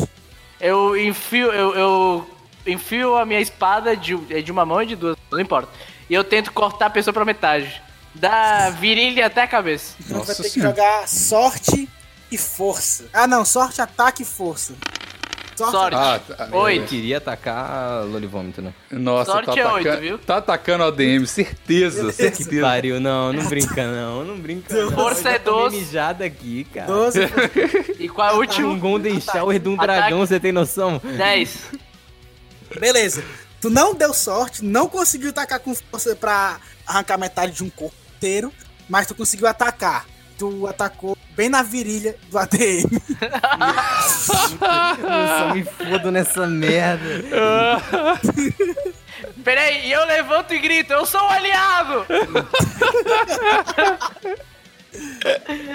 D: eu enfio, eu, eu enfio a minha espada de, é de uma mão e de duas, não importa. E eu tento cortar a pessoa pra metade. Da virilha até a cabeça.
B: Então tu vai
G: Nossa
B: ter que
G: Senhora.
B: jogar sorte e força. Ah não, sorte, ataque e força.
D: Sorte.
G: Ah, tá.
D: Oito.
E: Eu queria atacar a Lolivômito, né?
G: Nossa,
D: Sorte
G: tá,
D: é
G: atacando,
D: oito, viu?
G: tá atacando a DM, certeza,
E: Que
G: certeza.
E: pariu, não, não brinca não, não brinca não.
D: Força
E: Eu já
D: é
E: tomei
D: doce.
E: mijada aqui, cara.
B: 12.
D: E qual é o
E: Um
A: Tá
D: último?
E: Golden Shower de um
D: Ataque.
E: dragão, você tem noção?
D: 10.
B: Beleza. Tu não deu sorte, não conseguiu atacar com força pra arrancar metade de um corpo inteiro, mas tu conseguiu atacar. Tu atacou bem na virilha do ADM.
E: Eu só me fodo nessa merda.
D: Peraí, e eu levanto e grito, eu sou um aliado!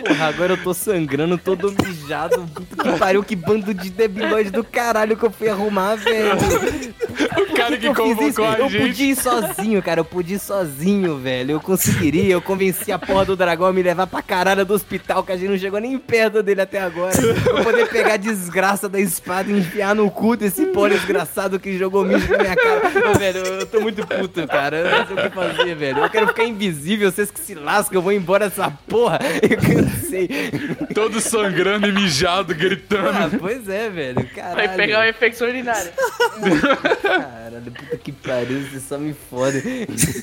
E: Porra, agora eu tô sangrando, todo mijado. Puta que pariu, que bando de debilóide do caralho que eu fui arrumar, velho.
G: O cara que,
E: eu fiz isso?
G: convocou a
E: Eu
G: gente.
E: podia ir sozinho, cara. Eu podia ir sozinho, velho. Eu conseguiria. Eu convenci a porra do dragão a me levar pra caralho do hospital, que a gente não chegou nem perto dele até agora. Pra poder pegar a desgraça da espada e enfiar no cu desse pó desgraçado que jogou mijo na minha cara. Ô, velho, eu tô muito puto, cara. Eu não sei o que fazer, velho. Eu quero ficar invisível. Vocês que se lascam, eu vou embora dessa porra. Eu cansei.
G: Todo sangrando e mijado,
E: Ah,
G: gritando.
E: pois é, velho. Caralho.
D: Vai pegar uma infecção urinária.
E: Caralho, puta que pariu, você só me fode.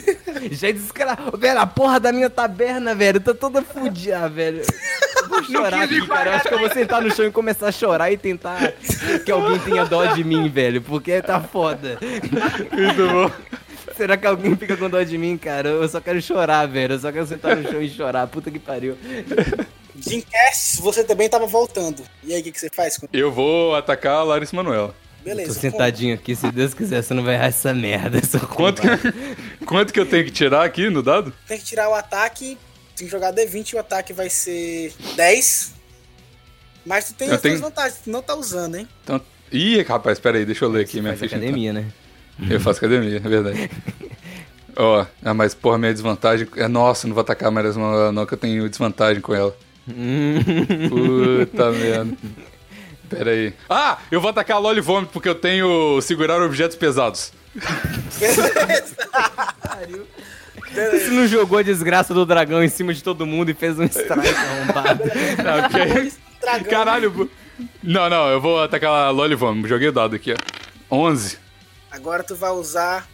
E: Já descra... Ô, Velho, a porra da minha taberna, velho, tá toda fudida, ah, velho. Eu Vou chorar aqui, cara. Eu acho que eu vou sentar no chão e começar a chorar e tentar que alguém tenha dó de mim, velho, porque tá foda.
G: Muito bom.
E: Será que alguém fica com dó de mim, cara? Eu só quero chorar, velho. Eu só quero sentar no chão e chorar. Puta que pariu.
B: Jim Cass, você também tava voltando. E aí, o que, que você faz? com-
G: Eu vou atacar a Larissa Manoela.
E: Tô tá-
B: Beleza.
E: sentadinho aqui, se Deus quiser, você não vai errar essa merda. Essa
G: Quanto, quanto que eu tenho que tirar aqui no dado?
B: Tem que tirar o ataque. Tem que jogar D20 e o ataque vai ser 10. Mas tu tem
G: Eu
B: as tuas
G: tenho-
B: vantagens, tu não tá usando, hein?
G: Então, ih, rapaz, peraí, deixa eu ler aqui minha
E: Faz
G: ficha.
E: academia, né?
G: então. Eu faço academia, é verdade. Ó, ah, mas porra, minha desvantagem é nossa, não vou atacar a Larissa Manoela, não, que eu tenho desvantagem com ela.
E: Hum.
G: Puta merda. Pera aí. Ah, eu vou atacar a Loli Vômito porque eu tenho segurar objetos pesados.
B: Beleza.
E: Você não jogou a desgraça do dragão em cima de todo mundo e fez um strike arrombado.
G: Não, porque...
B: Dragão.
G: Caralho. bu- Não, não, eu vou atacar a Loli Vômito. Joguei o dado aqui, ó. 11.
B: Agora tu vai usar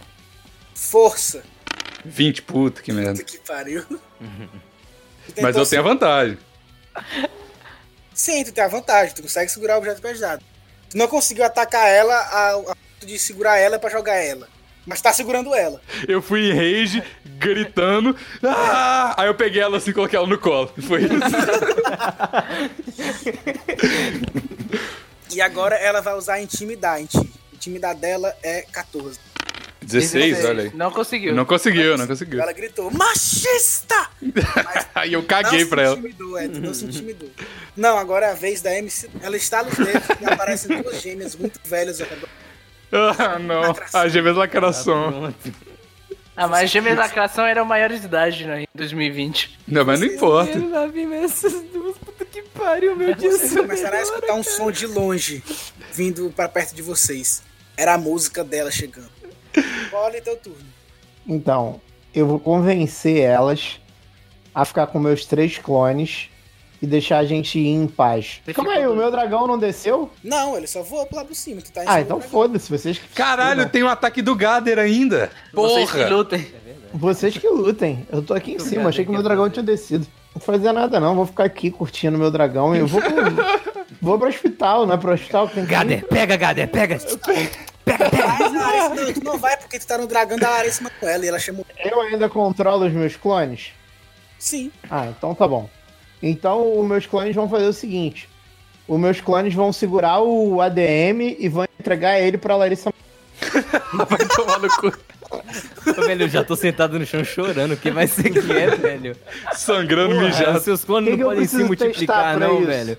B: força.
G: 20, puta que merda.
B: Puta que pariu. Tu
G: Mas
B: tentou
G: eu tenho a vantagem.
B: Sim, tu tem a vantagem, tu consegue segurar o objeto pesado. Não conseguiu atacar ela a, a ponto de segurar ela pra jogar ela. Mas tá segurando ela.
A: Eu fui em rage, gritando. "Ah!" Aí eu peguei ela assim e coloquei ela no colo. Foi isso.
B: E agora ela vai usar intimidar em ti. Intimidar dela é 14.
A: 16, olha aí.
D: Não conseguiu.
A: Não conseguiu, não conseguiu.
B: Ela gritou, machista!
A: Aí eu
B: Não
A: caguei
B: se
A: pra ela.
B: intimidou, Ed, não se intimidou. Não, agora é a vez da MC. Ela está nos dedos e aparecem duas gêmeas muito velhas ao redor.
A: Ah, não. A gêmeas lacração.
D: Ah, mas gêmeos da criação eram maiores de idade né, em 2020.
A: Não, mas não importa.
E: Eu lá vi essas duas, puta que pariu, meu Deus.
B: Vocês começaram a escutar um som de longe, vindo pra perto de vocês. Era a música dela chegando. Olha teu turno.
C: Então, eu vou convencer elas a ficar com meus três clones e deixar a gente ir em paz.
D: Você
C: Calma
D: ficou
C: aí, o
D: doido.
C: meu dragão não desceu?
B: Não, ele só voa lá pro cima. Tu tá em
C: Ah,
B: cima
C: então
B: do
C: foda-se, vocês que
A: Caralho, tem o ataque do Gader ainda.
D: Vocês que
A: Porra!
D: lutem.
C: Vocês que lutem. Eu tô aqui em cima,
E: cara,
C: achei que
E: que
C: meu dragão tinha descido. Não vou fazer nada, não. Vou ficar aqui curtindo meu dragão e eu vou pro, vou pro hospital, né? Pro hospital que tem que ir.
E: Gader, pega, Gader, pega. Pega, pega.
B: dragão. Mas, Larissa, não, tu não vai porque tu tá no dragão da Larissa Manoela e ela chamou.
C: Eu ainda controlo os meus clones?
B: Sim.
C: Ah, então tá bom. Então os meus clones vão fazer o seguinte: os meus clones vão segurar o ADM e vão entregar ele pra Larissa.
A: Vai tomar no cu.
E: Velho, eu já tô sentado no chão chorando. O que vai ser que é, velho?
A: Sangrando,
E: Cara,
A: mijado.
E: seus clones
C: Que que
E: não
C: eu
E: podem se
C: preciso
E: multiplicar,
C: testar pra
E: não,
C: isso?
E: velho.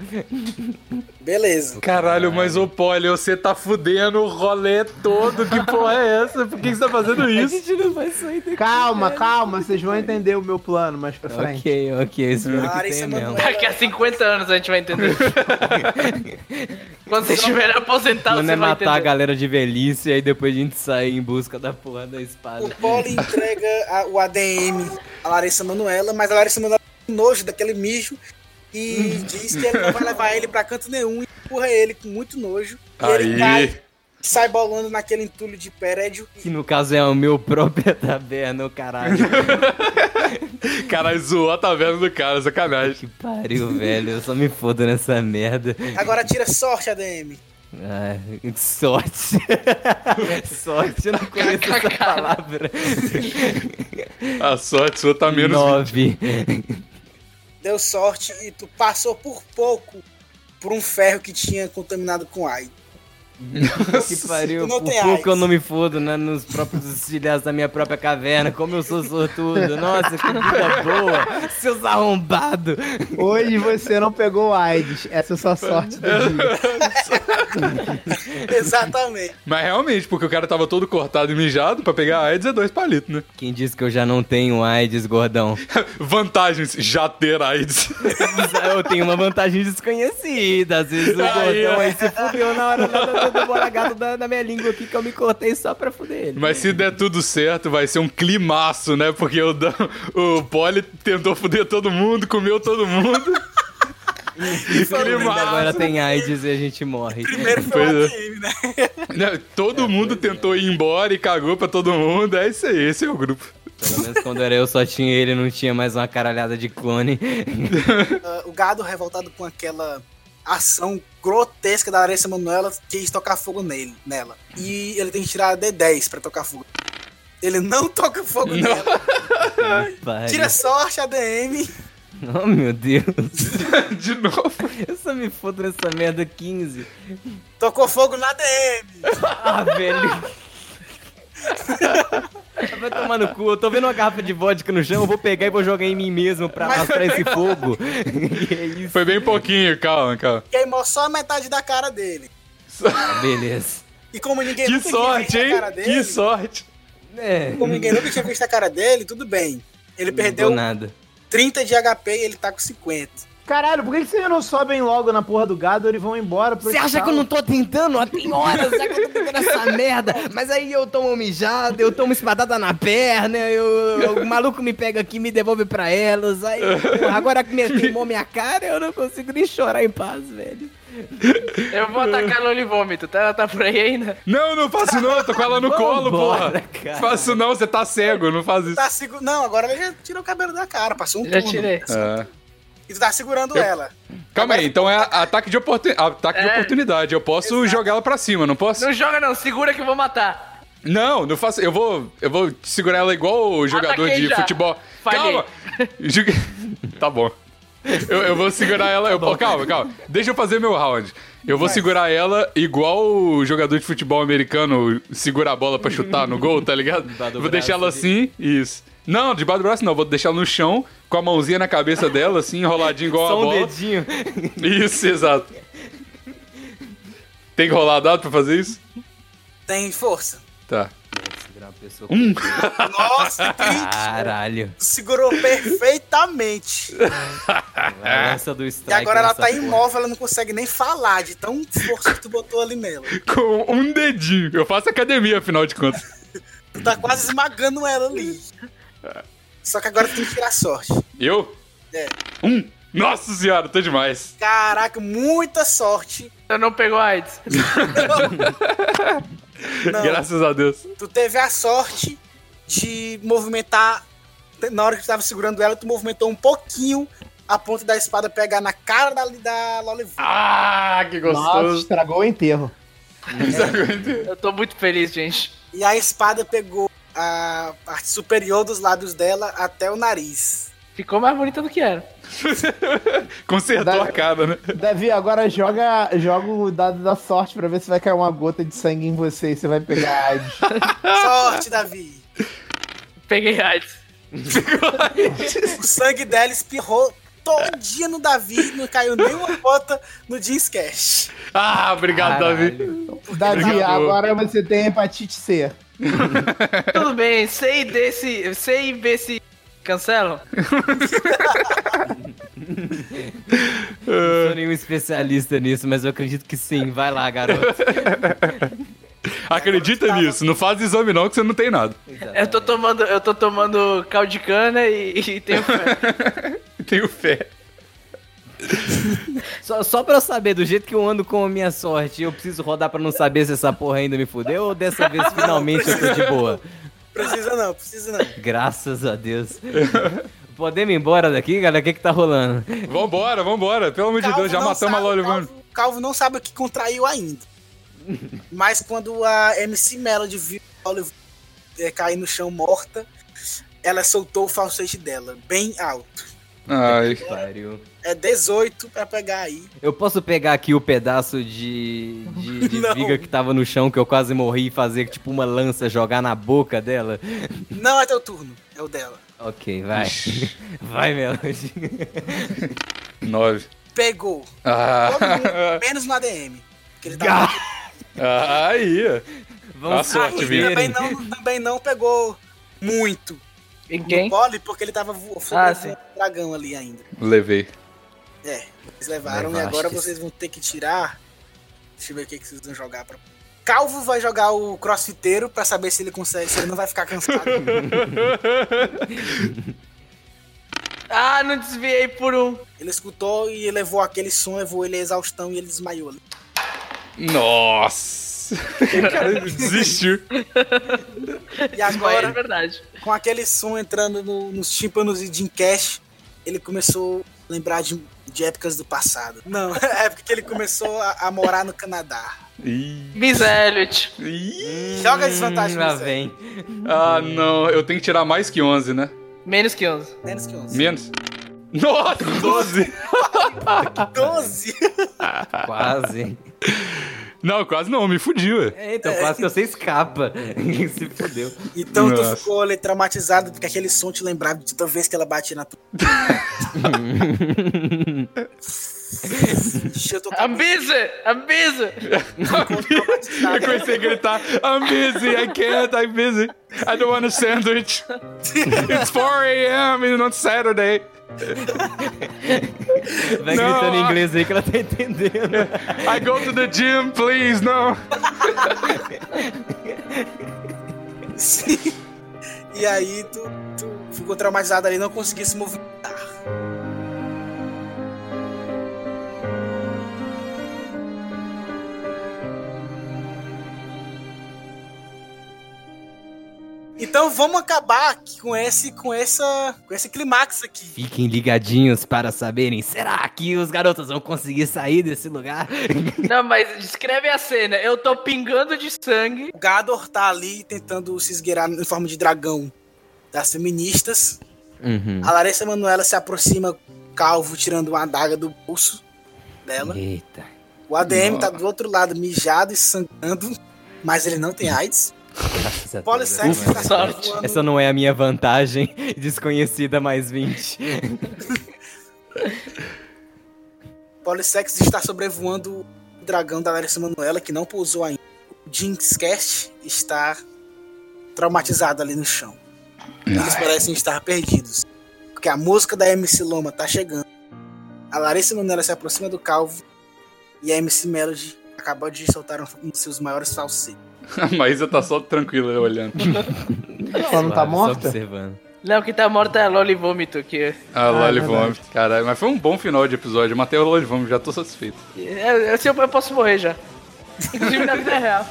B: Beleza.
A: Caralho, mas ô Polly, você tá fudendo o rolê todo. Que porra é essa? Por que você tá fazendo isso?
E: não vai sair daqui.
C: Calma, calma, vocês vão entender o meu plano mais pra frente.
E: Ok, ok, espero que
B: Larissa
D: é
E: tenha mesmo.
B: Manoela.
D: Daqui a 50 anos a gente vai entender. Quando vocês estiverem aposentados,
E: Mano, é
D: você vai
E: matar a
D: entender.
E: galera de velhice e aí depois a gente sai em busca da porra da espada.
B: O Poli entrega a- o ADM à Larissa Manoela, mas a Larissa Manoela tem nojo daquele mijo e diz que ele não vai levar ele pra canto nenhum e empurra ele com muito nojo. E ele
A: Aí.
B: cai, sai bolando naquele entulho de prédio.
E: Que no caso é o meu própria taberna, ô caralho.
A: Caralho, zoou a taverna do cara, sacanagem.
E: que pariu, velho. Eu só me fodo nessa merda.
B: Agora tira sorte, ADM.
E: Ah, que sorte. sorte, eu não conheço essa palavra.
A: A sorte sua tá menos.
E: Nove.
B: Deu sorte e tu passou por pouco por um ferro que tinha contaminado com AIDS.
E: Que pariu,
B: Tu não
E: por
B: tem
E: pouco eu
B: AIDS.
E: não me fodo, né? Nos próprios estilhaços da minha própria caverna. Como eu sou sortudo. Nossa, que vida boa. Seus arrombados.
C: Hoje você não pegou AIDS. Essa é a sua sorte do dia.
B: Exatamente.
A: Mas realmente, porque o cara tava todo cortado e mijado, pra pegar a AIDS é dois palitos, né?
E: Quem disse que eu já não tenho AIDS, gordão?
A: Vantagens, já ter AIDS.
E: Eu tenho uma vantagem desconhecida. Às vezes o
A: Aí,
E: gordão
A: ó.
E: aí se fudeu na hora lá do, do bola gato da, da minha língua aqui que eu me cortei só pra fuder ele.
A: Mas se der tudo certo, vai ser um climaço, né? Porque o, Dan- o Polly tentou foder todo mundo, comeu todo mundo. e
E: Agora tá-
A: climaço.
E: tem AIDS e a gente morre.
B: Primeiro foi o
A: Pois é.
B: ADM, né?
A: Né, Todo mundo tentou ir embora e cagou pra todo mundo. É isso aí, esse é o grupo.
E: Pelo menos quando era eu só tinha ele, não tinha mais uma caralhada de clone.
B: Ah, o gado revoltado com aquela ação grotesca da Larissa Manoela quis tocar fogo nele, nela. E ele tem que tirar D10 pra tocar fogo. Ele não toca fogo nela.
E: Pai.
B: Tira sorte, ADM.
E: Oh meu Deus.
A: De novo.
E: Eu só me fodo nessa merda 15.
B: Tocou fogo na ADM.
E: Ah, velho. Vai tomar no cu, eu tô vendo uma garrafa de vodka no chão, eu vou pegar e vou jogar em mim mesmo pra mostrar esse fogo. E é isso.
A: Foi bem pouquinho, calma, calma.
B: Queimou só a metade da cara dele.
E: Beleza.
B: E como ninguém
A: Que
B: nunca
A: sorte,
B: tinha visto a
A: hein?
B: cara dele,
A: Que sorte.
E: É.
B: como ninguém nunca tinha visto a cara dele, tudo bem. Ele perdeu
E: Não dou nada.
B: 30 de HP e ele tá com 50.
C: Caralho, por que que vocês não sobem logo na porra do gado e vão embora? pro
E: Você acha
C: hospital?
E: que eu não tô tentando? Ó, Tem horas já que eu tô tentando essa merda. Mas aí eu tomo uma mijada, eu tomo espadada na perna, eu, o maluco me pega aqui e me devolve pra elas. Aí, porra, agora que me queimou minha cara, eu não consigo nem chorar em paz, velho.
D: Eu vou atacar no olivômito, tá? Ela tá por aí ainda.
A: Não, não faço não, tô com ela no colo,
E: Vambora,
A: porra.
E: cara.
A: Faço não, você tá cego, não faz isso.
B: Tá seguro. Não, agora ele já tirou o cabelo da cara, passou um
D: Já
B: turno.
D: tirei.
A: É.
B: E tu tá segurando ela.
G: Calma aí, então é a- ataque de, oportu- ataque de
D: É.
G: oportunidade. Eu posso jogar ela pra cima, não posso?
D: Não joga não, segura que eu vou matar.
G: Não, não faço. Eu vou, eu vou segurar ela igual o jogador
D: Ataquei
G: de
D: já.
G: futebol.
D: Falhei.
G: Calma! Ju- tá bom. Eu, eu vou segurar ela.
E: Tá
G: Eu, calma, calma. Deixa eu fazer meu round. Eu vou segurar ela igual o jogador de futebol americano segura a bola pra chutar no gol, tá ligado?
E: do
G: Vou deixar ela
E: braço
G: assim, isso. Não, debaixo do braço não. Vou deixar ela no chão, com a mãozinha na cabeça dela, assim, enroladinha igual a
E: Só um
G: bola.
E: dedinho.
G: Isso, exato. Tem que rolar dado pra fazer isso?
B: Tem força.
G: Tá.
E: Um.
B: Nossa, que
E: Caralho.
B: segurou perfeitamente.
E: A lança do strike.
B: E agora ela
E: nessa
B: tá
E: porra.
B: imóvel, ela não consegue nem falar de tão força que tu botou ali nela.
G: Com um dedinho. Eu faço academia, afinal de contas.
B: Tu tá quase esmagando ela ali. Só que agora tu tem que tirar sorte.
G: Eu?
B: É.
G: Um. Nossa senhora, tô demais.
B: Caraca, muita sorte.
D: Eu não pegou AIDS.
B: Não,
G: Graças a Deus.
B: tu teve a sorte de movimentar. Na hora que tu tava segurando ela, tu movimentou um pouquinho a ponta da espada pegar na cara da, da Lolivu.
G: Ah, que
C: Nossa,
G: gostoso.
C: estragou o enterro.
D: Eu tô muito feliz, gente.
B: E a espada pegou a parte superior dos lábios dela até o nariz.
D: Ficou mais bonita do que era.
G: Consertou a cara, né?
C: Davi, agora joga, joga o dado da sorte pra ver se vai cair uma gota de sangue em você e você vai pegar AIDS.
B: Sorte, Davi!
D: Peguei AIDS.
B: O sangue dela espirrou todinha no Davi, não caiu nenhuma gota no Jeans Cash.
G: Ah, obrigado,
E: Caralho.
G: Davi.
C: Davi,
G: Obrigado.
C: agora você tem hepatite C.
D: Tudo bem, sei desse. Sei ver se cancelam.
E: Não sou nenhum especialista nisso, mas eu acredito que sim. Vai lá, garoto.
G: Acredita nisso. Não faz exame não, que você não tem nada.
D: Eu tô tomando, eu tô tomando caldo de cana e, e tenho fé.
G: Tenho fé.
E: Só, só pra eu saber, do jeito que eu ando com a minha sorte, eu preciso rodar pra não saber se essa porra ainda me fudeu ou dessa vez finalmente eu tô de boa.
B: Precisa não, precisa não.
E: Graças a Deus. Podemos ir embora daqui, galera? O que que tá rolando?
G: Vambora, vambora. Pelo amor de
B: Calvo
G: Deus, já
B: não
G: matamos a
B: sabe,
G: Loli.
B: Calvo, Calvo não sabe o que contraiu ainda. Mas quando a MC Melody viu a Olive eh, cair no chão morta, ela soltou o falsete dela, bem alto.
G: Ai.
E: Pariu.
B: É 18 pra pegar aí.
E: Eu posso pegar aqui o pedaço de, de, de
B: Não.
E: viga que tava no chão, que eu quase morri, e fazer tipo uma lança jogar na boca dela?
B: Não é teu turno, é o dela.
E: Ok, vai. Vai, Melody.
G: Nove.
B: Pegou. Todo
G: Ah.
B: mundo, menos no ADM. Que ele tava
G: Aí.
E: Vamos
G: Ah, sorte,
E: se
B: Ele
G: viu?
B: também
E: verem.
B: não, também não pegou muito
D: Em
B: no
D: quem?
B: pole, porque ele tava vo-
D: Ah,
B: flutuando o dragão ali ainda.
G: Levei.
B: É, eles levaram e
E: Levastes.
B: agora vocês vão ter que tirar. Deixa eu ver o que, que vocês vão jogar pra. Calvo vai jogar o crossfiteiro pra saber se ele consegue, se ele não vai ficar cansado.
D: Ah, não desviei por um.
B: ele escutou e levou aquele som, levou ele à exaustão e ele desmaiou. ali.
G: Nossa. O cara desistiu.
B: E
D: Agora é
B: agora,
D: verdade.
B: com aquele som entrando no- nos tímpanos de Jim Cash, ele começou a lembrar de, de épocas do passado. Não, é época que ele começou a, a morar no Canadá.
G: Ih.
D: Miss Elliot.
G: Ih.
B: Joga desvantagem,
E: Hum, lá
B: Zé.
E: vem.
G: Ah, não. Eu tenho que tirar mais que 11, né?
D: Menos que 11.
B: Menos que 11.
G: Menos. Nossa, 12.
B: 12!
E: Quase.
G: Não, quase não, me fudi, ué.
E: É, então quase que você escapa. Se fudeu.
B: Então
G: Nossa.
B: tu ficou ali, traumatizado porque aquele som te lembrava de toda vez que ela batia na tua. Deixa eu tocar
D: I'm busy! I'm busy!
G: Eu comecei a gritar, I'm busy, I can't, I'm busy. I don't want a sandwich. It's 4 a.m., it's not Saturday.
E: Vai
G: Não,
E: gritando em
G: ah.
E: inglês aí que ela tá entendendo.
G: I go to the gym, please, no.
B: Sim. E aí tu, tu ficou traumatizado ali, não conseguia se movimentar. Então vamos acabar aqui com esse, com essa, com esse climax aqui.
E: Fiquem ligadinhos para saberem, será que os garotos vão conseguir sair desse lugar?
D: Não, mas descreve a cena. Eu tô pingando de sangue.
B: O Gador tá ali tentando se esgueirar em forma de dragão das feministas.
E: Uhum.
B: A Larissa Manoela se aproxima calvo, tirando uma adaga do bolso dela.
E: Eita.
B: O ADM tá do outro lado, mijado e sangrando, mas ele não tem AIDS.
E: graças a Deus,
B: Polissex
E: essa não é
B: tá
E: a
D: sorte.
E: minha-
B: voando.
E: Essa não é a minha vantagem desconhecida mais 20.
B: Polissex está sobrevoando o dragão da Larissa Manoela, que não pousou ainda. O Jinxcast está traumatizado ali no chão. Eles parecem estar perdidos. Porque a música da MC Loma tá chegando. A Larissa Manoela se aproxima do calvo. E a MC Melody acabou de soltar um um dos seus maiores falsetes.
G: A Maísa tá só tranquila olhando.
C: Ela não tá
E: Claro, só
C: morta?
E: observando.
D: Não, que tá morta é a Loli Vômito aqui.
G: Ah, Loli
C: é
G: Vomit. Caralho, mas foi um bom final de episódio. Eu matei o Loli Vomit, já tô satisfeito.
D: Eu, eu, é assim, eu, eu posso morrer já. Inclusive na vida real.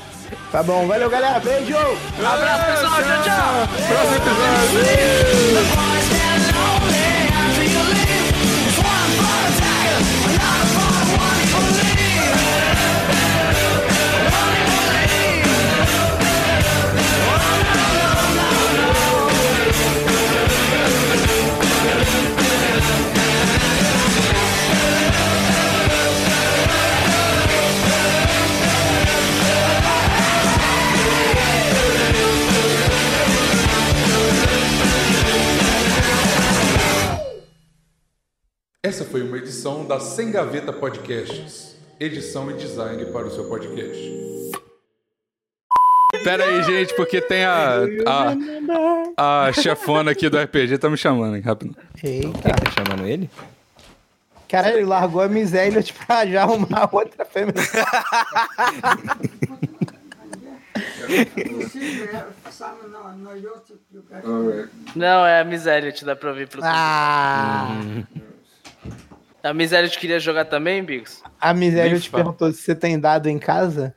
C: Tá bom, valeu, galera. Beijo!
D: Abraço, pessoal. Tchau, tchau.
G: Próximo episódio! Essa foi uma edição da Sem Gaveta Podcasts. Edição e design para o seu podcast. Pera aí, gente, porque tem a, a, a chefona aqui do RPG tá me chamando, hein, rápido.
C: Eita.
E: Quem tá chamando ele?
C: Caralho, ele largou a miséria pra já arrumar outra fêmea.
D: Não, é a Miseliot, dá pra ouvir pelo
C: Ah!
D: A Miseliot queria jogar também, Bigos?
C: A miséria te
G: fala.
C: perguntou se você tem dado em casa.